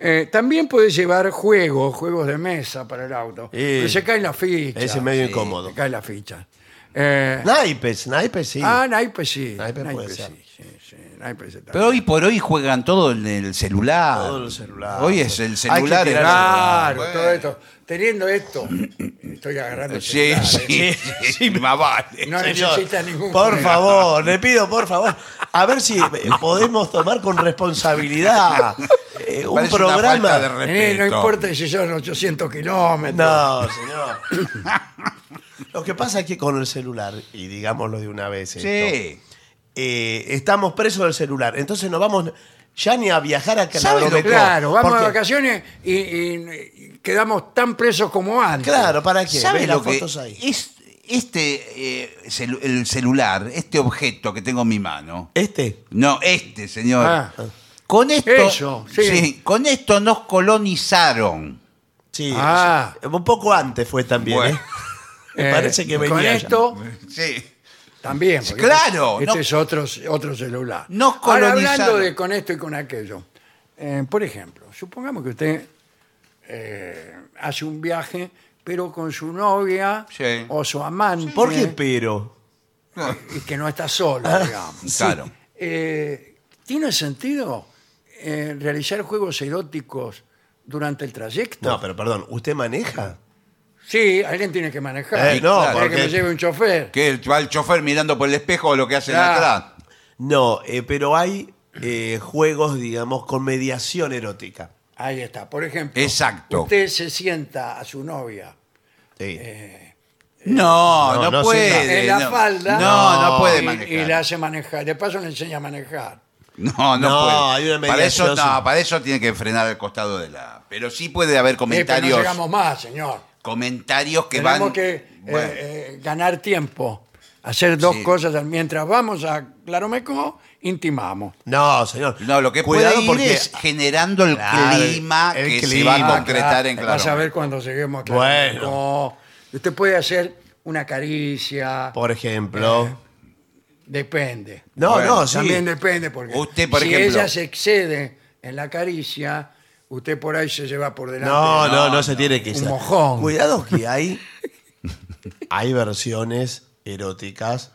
Eh, también puedes llevar juegos, juegos de mesa para el auto.
Eh.
Pero se caen las fichas.
Ese es medio
Sí.
incómodo.
Se caen las fichas. Eh,
Naipes, naipes sí.
Ah, naipes sí.
Naipes puede ser.
sí, sí, sí, naipes está
Pero
bien.
hoy por hoy juegan todo en el celular.
Todo en el celular.
Hoy es el
Hay que
celular.
tirar-
Claro,
Bueno.
todo esto. Teniendo esto, estoy agarrando. el
Sí,
celular, ¿eh?
sí, sí, más vale.
No
Señor,
necesita ningún.
Por
juego.
favor, le pido, por favor. A ver si eh, podemos tomar con responsabilidad eh, un
Parece una
programa.
falta de
Eh, no
respeto.
importa si son 800 kilómetros.
No, señor. Lo que pasa es que con el celular, y digámoslo de una vez, esto,
Sí.
eh, estamos presos del celular. Entonces no vamos ya ni a viajar a
¿Sabe lo-
Calabromecó.
Claro, vamos
Porque-
de vacaciones y, y- y quedamos tan presos como antes.
Claro, ¿para qué?
¿Sabe
Ve
lo
las
que
fotos ahí.
es este eh, celu- el celular, este objeto que tengo en mi mano?
Este.
No, este, señor.
Ah.
Con esto,
Eso, sí.
con esto nos colonizaron.
Sí.
Ah.
Un poco antes fue también.
Bueno.
¿eh? Me parece que venía
Eh, Con
ya.
esto
Sí.
también. porque
Claro,
Este
no-
es otro, otro celular.
Nos
Ahora, hablando
colonizaron.
de con esto y con aquello. eh, por ejemplo, supongamos que usted eh, hace un viaje, pero con su novia
Sí.
o su amante.
¿Por qué Ah. pero?
Y que no está solo, digamos.
Claro.
Eh, ¿Tiene sentido eh, realizar juegos eróticos durante el trayecto?
No, pero perdón, ¿usted maneja?
Sí, alguien tiene que manejar.
Eh, no,
Para que
porque-
me lleve un chofer.
Que el- va el chofer mirando por el espejo lo que hacen
Claro.
atrás.
No, eh, pero hay eh, juegos, digamos, con mediación erótica.
Ahí está. Por ejemplo,
Exacto.
usted se sienta a su novia
Sí.
Eh. No,
No,
no,
no
puede.
Eh, en la
Eh, no.
falda
No, no, puede
y-
manejar.
y, le hace manejar. De paso le enseña a manejar.
No, no,
No,
puede.
hay una
para eso,
mediación, sí.
no, para eso tiene que frenar al costado de la. Pero sí puede haber
Eh, pero no
comentarios.
llegamos más, señor.
comentarios que
Tenemos
van.
que eh,
Bueno,
eh, ganar tiempo. Hacer dos
Sí.
cosas. al- Mientras vamos a Claromeco, intimamos.
No, señor.
no, lo que
Cuidado
puede ir
porque
es generando el
Claro,
clima
el
que se
clima,
va a concretar en
Ah, Vas a
claro.
ver cuando lleguemos a
Bueno.
Claromeco. Usted puede hacer una caricia.
Por ejemplo.
Depende.
No,
Eh. Bueno,
no, sí.
También depende porque
Usted, por
si
ejemplo-
ella se excede en la caricia, usted por ahí se lleva por delante.
No, no, no,
No,
se
no.
tiene que
Un
sa-
mojón.
Cuidado que hay hay versiones eróticas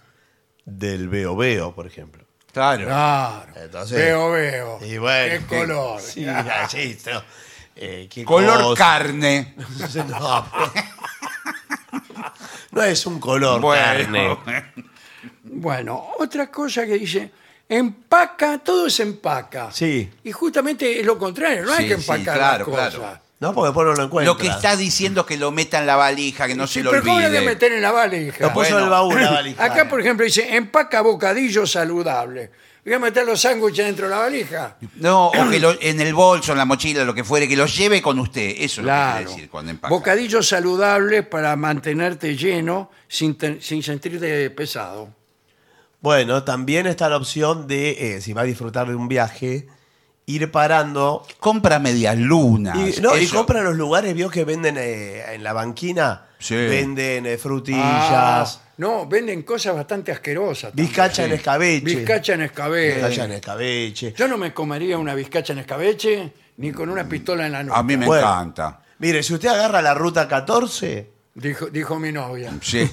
del veo veo, por ejemplo.
Claro.
Claro.
Entonces-
veo, veo.
Y bueno,
Qué color.
Sí, así, no. Eh, qué
Oh, Color
cosa.
carne.
No, pero- no es un color
Bueno.
carne.
Bueno, otra cosa que dice, empaca, todo se empaca.
Sí.
Y justamente es lo contrario, no hay
Sí,
que
sí,
empacar las
claro,
cosas.
claro.
No, porque después no lo encuentra.
Lo que está diciendo es que lo meta en la valija, que no
Sí,
se lo
pero ¿cómo lo voy a
olvide.
meter en la valija?
Lo puso en el
Bueno.
baúl la valija.
Acá, por ejemplo, dice, empaca bocadillo saludable. Voy a meter los sándwiches dentro de la valija.
No, o que lo- en el bolso, en la mochila, lo que fuere, que lo lleve con usted. Eso es lo que
Claro.
quiere decir cuando empaca.
Bocadillos saludables para mantenerte lleno sin, te- sin sentirte pesado.
Bueno, también está la opción de, eh, si va a disfrutar de un viaje, ir parando
Compra medias lunas.
Y, no, y
Ah, eso.
compra los lugares, vio que venden eh, en la banquina,
Sí.
venden eh,
Ah,
frutillas,
no, venden cosas bastante asquerosas. también.
bizcacha en escabeche.
Bizcacha en
Bizcacha en
escabeche.
escabeche.
Yo no me comería una bizcacha en escabeche ni con una pistola en la nuca.
A mí me
Bueno.
encanta.
Mire, si usted agarra la ruta 14,
Dijo, dijo mi novia.
Sí.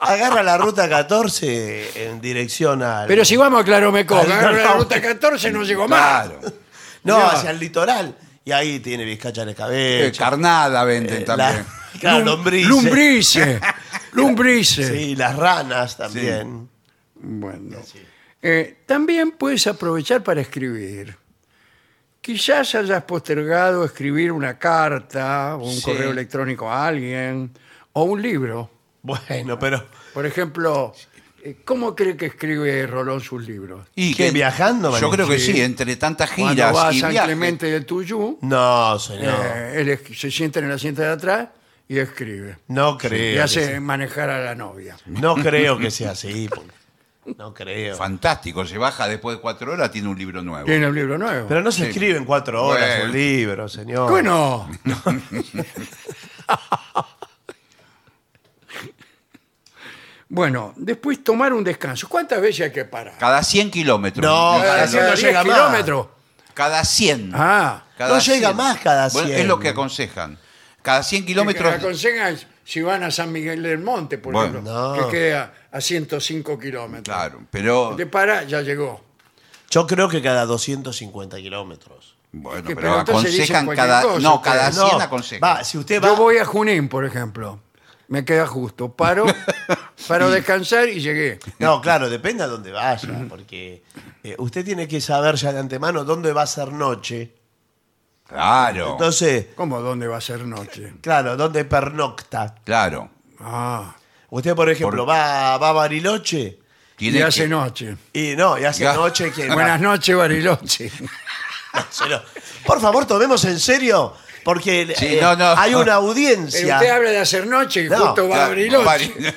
agarra la ruta 14 en dirección al.
Pero si vamos a Claromeco,
Al-
agarro la
no.
¿eh? ruta 14 no llegó más.
claro.
no,
Mirá.
hacia el litoral. Y ahí tiene bizcacha en
Eh,
escabeche.
carnada venden
eh,
también.
la-
Lum-
claro, lombrices.
Lombrices. Lombrices.
Sí, las ranas también.
Bueno. Eh, también puedes aprovechar para escribir. Quizás hayas postergado escribir una carta o un
Sí.
correo electrónico a alguien o un libro.
Bueno, pero.
Por ejemplo, eh, ¿cómo cree que escribe Rolón sus libros?
Y
¿Qué,
que-
viajando,
Yo
Manuel?
creo que
Sí.
sí, entre tantas
Cuando
giras
va a
y
San
viajes.
Clemente de Tuyú,
No, señor.
eh, él es- se sienta en el asiento de atrás y escribe.
no
Y
creo. que
hace manejar a la novia.
No creo que sea así. porque No creo.
Fantástico, se baja después de cuatro horas, tiene un libro nuevo.
Tiene un libro nuevo.
Pero no se
Sí.
escribe en cuatro horas
Bueno.
un libro, señor.
Bueno, bueno, después tomar un descanso. ¿Cuántas veces hay que parar?
Cada 100 kilómetros.
No,
Eh,
cada
Cada
cien no
10
llega más.
kilómetros.
Cada 100.
Ah,
Cada
no llega más cada
Bueno,
100.
es lo que aconsejan. Cada 100
kilómetros.
kilómetros.
aconsejan si van a San Miguel del Monte, por
Bueno.
ejemplo,
No.
que queda a 105 kilómetros.
Claro, pero.
De para, ya llegó.
Yo creo que cada 250 kilómetros.
Bueno,
que-
pero,
pero entonces
aconsejan
dicen
cada.
cualquier cosa,
no, cada
ustedes.
100
No,
aconsejan.
va, si usted va.
Yo voy a Junín, por ejemplo. Me queda justo. Paro, paro a descansar y llegué.
No, claro, depende a dónde vaya, porque eh, usted tiene que saber ya de antemano dónde va a ser noche.
Claro.
Entonces,
¿Cómo? ¿Dónde va a ser noche?
claro, dónde pernocta.
claro.
Ah,
Usted, por ejemplo, va, va a Bariloche
Tiene
y hace
que-
noche.
y no, y hace
Ya.
noche que.
Eh, Buenas noches, Bariloche. Eh,
Marcelo, Por favor, tomemos en serio, porque
Sí,
eh,
no, no.
hay una
Pero
audiencia.
usted habla de hacer noche y
No,
justo va a Bariloche.
Claro, Bari-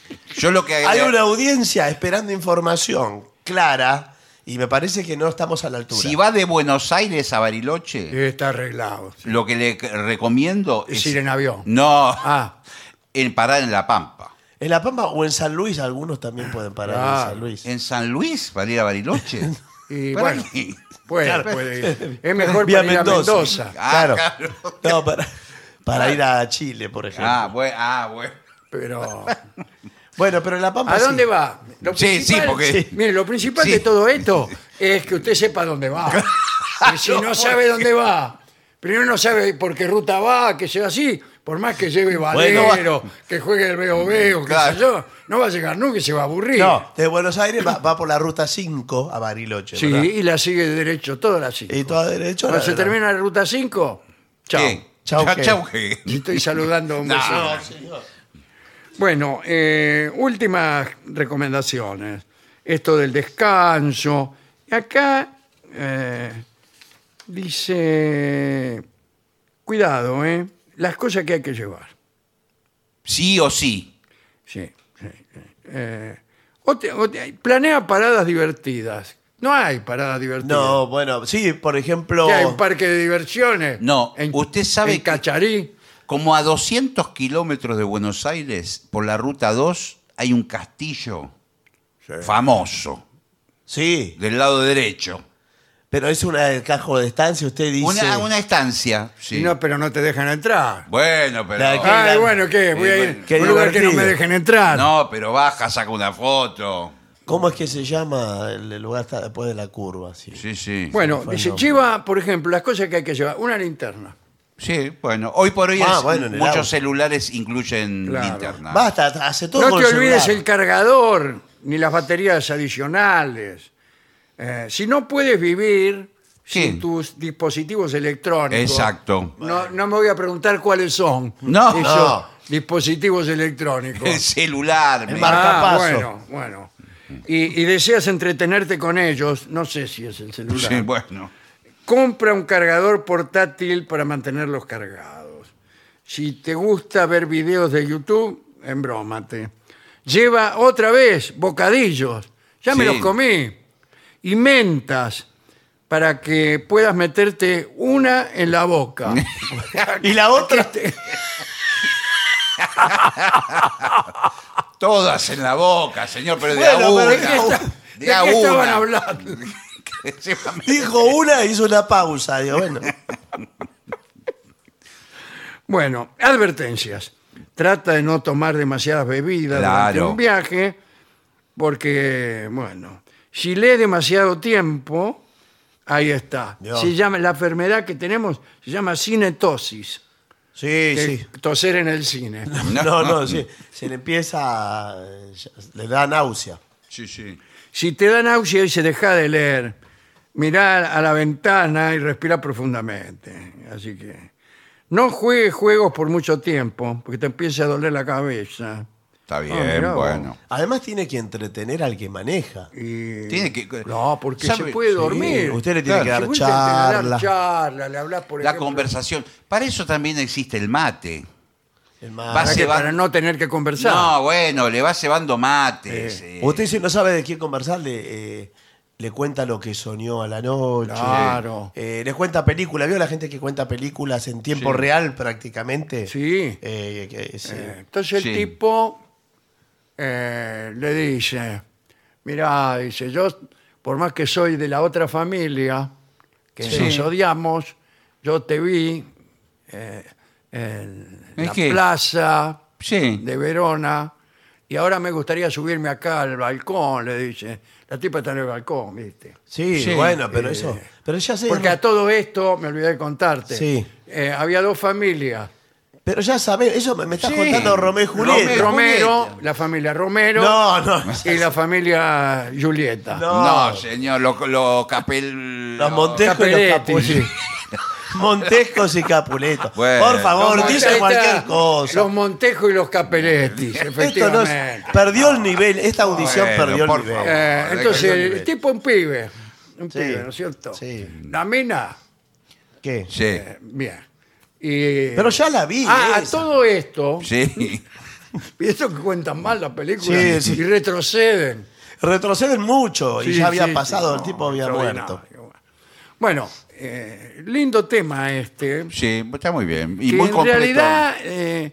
Yo lo que
Hay una audiencia esperando información clara y me parece que no estamos a la altura.
Si va de Buenos Aires a Bariloche,
Y está arreglado.
lo que le c- recomiendo
Es
es,
ir en avión.
No,
Ah,
en parar en La Pampa.
En La Pampa o en San Luis, algunos también pueden parar en
Claro.
San Luis.
En San Luis, para ir a Bariloche.
y
Para
bueno,
mí.
puede,
Claro.
puede ir. Es mejor
Vía
para ir a
Mendoza.
Mendoza.
Ah,
Claro. No, para, para ir a Chile, por ejemplo.
Ah, bueno, ah, bueno.
Pero,
Bueno, pero en La Pampa.
¿a
sí.
dónde va? Lo
Sí,
principal-
sí, porque- Sí.
Mire, lo principal
Sí.
de todo esto es que usted sepa dónde va. Y si no sabe dónde va, primero no sabe por qué ruta va, que sea así, por más que lleve
Bueno,
valero, que juegue el veo veo, qué
Claro.
sé yo, no va a llegar nunca y se va a aburrir.
No, de Buenos Aires va, va por la ruta 5 a Bariloche.
Sí,
¿verdad?
y la sigue de derecho, toda la sigue.
Y todo derecho.
Cuando
la-
se
la-
termina la ruta 5, chao.
Bien.
Chau,
Chau,
que-
chau, que-
Estoy saludando a un
No,
vecino. Bueno, eh, últimas recomendaciones. Esto del descanso. Y Acá eh, dice, cuidado, ¿eh? las cosas que hay que llevar.
Sí o sí.
Sí, sí, sí. Eh, o te- o te- planea paradas divertidas. No hay paradas divertidas.
No, bueno, sí, por ejemplo.
¿Qué hay un parque de diversiones.
No, usted sabe
en
que-
Cacharí.
Como a 200 kilómetros de Buenos Aires, por la ruta 2, hay un castillo famoso,
Sí,
del lado derecho.
pero es una cajo de estancia, usted dice.
Una, una estancia. sí.
No, pero no te dejan entrar.
Bueno,
La de
pero.
Qué
Ay,
grande.
bueno, ¿qué? Voy
Sí,
a ir
bueno.
a
Qué
un lugar que no me
divertido.
dejen entrar.
No, pero baja, saca una foto.
¿Cómo es que se llama el el lugar está después de la curva? Sí.
Sí, sí.
Bueno,
Fue
dice,
no.
lleva, por ejemplo, las cosas que hay que llevar. Una linterna.
Sí, bueno. Hoy por hoy
Ah,
es-
bueno, en el
muchos
auto.
celulares incluyen
Claro.
linterna.
Basta, hace todo
No
con
te olvides
celular.
el cargador, ni las baterías adicionales. Eh, si no puedes vivir
Sí.
sin tus dispositivos electrónicos.
Exacto.
No, no me voy a preguntar cuáles son
No.
esos
No.
dispositivos electrónicos.
El celular. me-
mar-
Ah,
Marcapaso.
bueno, bueno. Y, y deseas entretenerte con ellos, no sé si es el celular.
Sí, bueno.
Compra un cargador portátil para mantenerlos cargados. Si te gusta ver videos de YouTube, embrómate. Lleva otra vez bocadillos, ya me
Sí.
los comí, y mentas para que puedas meterte una en la boca.
Y la otra.
Este-
Todas en la boca, señor, pero de
Bueno,
a
pero
una.
¿de qué está-
¿De
a
qué estaban
una.
hablando?
Dijo una, hizo una pausa. Digo, bueno.
Bueno, advertencias. Trata de no tomar demasiadas bebidas durante
Claro.
un viaje, porque, bueno, si lees demasiado tiempo, ahí está.
Dios.
Se llama, la enfermedad que tenemos se llama cinetosis,
Sí,
que
sí.
es toser en el cine.
No.
No, no, sí. Se le empieza. a- Le da náusea.
Sí, sí.
Si te da náusea y se deja de leer, mirar a la ventana y respira profundamente. Así que no juegues juegos por mucho tiempo, porque te empieza a doler la cabeza.
Está bien,
Ah, mirá vos.
bueno.
Además, tiene que entretener al que maneja.
Y-
Tiene que-
Eh, no, porque
¿sabe?
se puede
Sí,
dormir.
usted le tiene
Si
que dar
vos te tenés que dar
charla.
charla, le hablas por
La
ejemplo,
conversación. Para eso también existe el mate.
El El mar.
Va a
Para, que-
se va-
para no tener que conversar. Eh,
No, bueno, le va cebando mates. eh.
Usted si no sabe de quién conversar, le, eh, le cuenta lo que soñó a la noche.
Claro.
Eh, le cuenta películas. ¿Vio la gente que cuenta películas en tiempo real prácticamente?
Sí.
Eh, que- sí.
Eh, Entonces el
Sí.
tipo eh, le dice, mira, dice, yo por más que soy de la otra familia, que
Sí.
nos odiamos, yo te vi eh, en
Es
la
que-
plaza
Sí.
de Verona y ahora me gustaría subirme acá al balcón, le dice. La tipa está en el balcón, viste.
Sí,
Sí.
bueno, pero eso. Pero ya se-
eh, Porque a todo esto, me olvidé de contarte,
Sí.
eh, había dos familias.
Pero ya sabés, eso me, me estás
Sí.
contando Romeo y Julieta.
Romeo-
Romero,
Julieta.
la familia Romero.
No, no.
y la familia Julieta.
No.
No, señor, lo, lo capel.
Los
lo-
Montejo y los
Capelletti,
Capuletos. Montescos y Capuletos.
Bueno.
Por favor,
Los
dice
Montejo-
cualquier cosa.
Los Montejo y los Capeletis,
Esto no es-
efectivamente.
perdió el nivel, esta audición
Bueno,
perdió el
por
nivel.
favor.
Eh, entonces,
Hay que
el tipo un pibe. Un
Sí.
pibe, ¿no es cierto?
Sí.
La mina,
¿Qué?
Sí,
eh, bien. Y-
Pero ya la vi,
Ah, a
esa.
todo esto.
sí.
Y esto que cuentan mal la película.
Sí, sí.
Y retroceden.
Retroceden mucho y
Sí,
ya había
sí,
pasado,
sí,
el
no,
tipo había muerto.
extraordinario. Bueno, eh, lindo tema este.
Sí, está muy bien. Y
que
muy
en
completo.
realidad eh,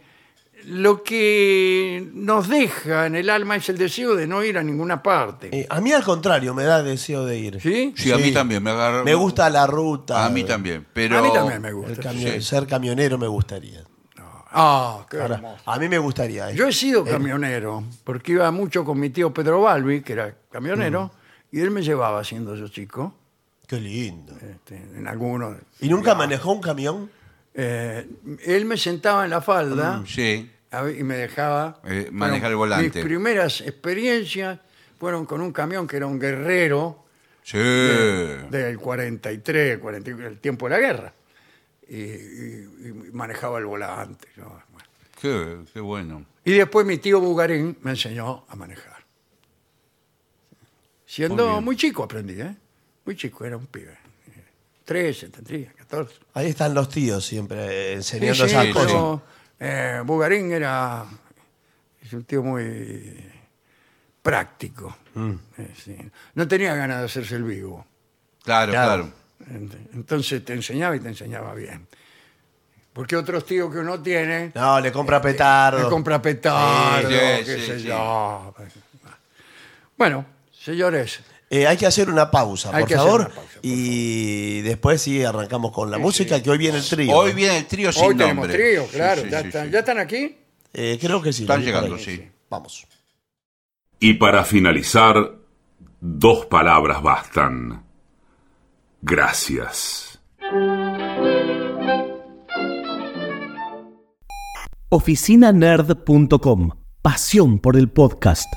lo que nos deja en el alma es el deseo de no ir a ninguna parte.
Eh, a mí al contrario, me da deseo de ir.
¿Sí?
Sí, a
Sí.
mí también. Me, agarra-
Me gusta la ruta.
A mí también. Pero...
A mí también me
El
gusta.
camio- Ser camionero me gustaría.
Ah, qué
Ahora,
hermoso.
a mí me gustaría. eh.
Yo he sido camionero, porque iba mucho con mi tío Pedro Balbi, que era camionero,
Mm.
y él me llevaba siendo yo chico,
Qué lindo.
este, en algunos.
¿Y nunca manejó un camión?
Eh, él me sentaba en la falda
Sí.
a ver, y me dejaba
Mm. Eh, manejar el volante.
Mis primeras experiencias fueron con un camión que era un guerrero.
Sí.
del 43, 41, el tiempo de la guerra. Y, y- y manejaba el volante. ¿no? Bueno.
Qué, qué bueno.
Y después mi tío Bugarín me enseñó a manejar. Siendo
Muy
muy,
bien.
chico aprendí, ¿eh? Muy chico, era un pibe. 13, tendría, 14.
Ahí están los tíos siempre eh,
Sí,
enseñando
sí,
esas
sí.
cosas.
pero, eh, Bugarín era es un tío muy práctico.
Mm.
Eh, sí. No tenía ganas de hacerse el vivo.
Claro,
Claro.
claro.
Ent- Entonces te enseñaba y te enseñaba bien. Porque otros tíos que uno tiene,
No, le compra petardo.
Eh, le compra petardo,
Sí, sí,
qué
sí,
sé
sí.
yo. pues, Bueno, señores,
Eh, hay que hacer una pausa,
Hay
por
que hacer
favor.
una pausa, por
y después sí arrancamos con la música, que hoy viene el trío. ¿eh?
Hoy
¿no?
viene el trío sin
¿eh? hoy tenemos
nombre.
trío,
Sí,
claro.
sí,
ya,
sí,
están,
sí.
¿Ya están aquí?
Eh, creo que sí.
Están
lo vi
llegando,
por ahí.
sí.
Vamos.
Y para finalizar, dos palabras bastan. Gracias.
oficinanerd.com. Pasión por el podcast.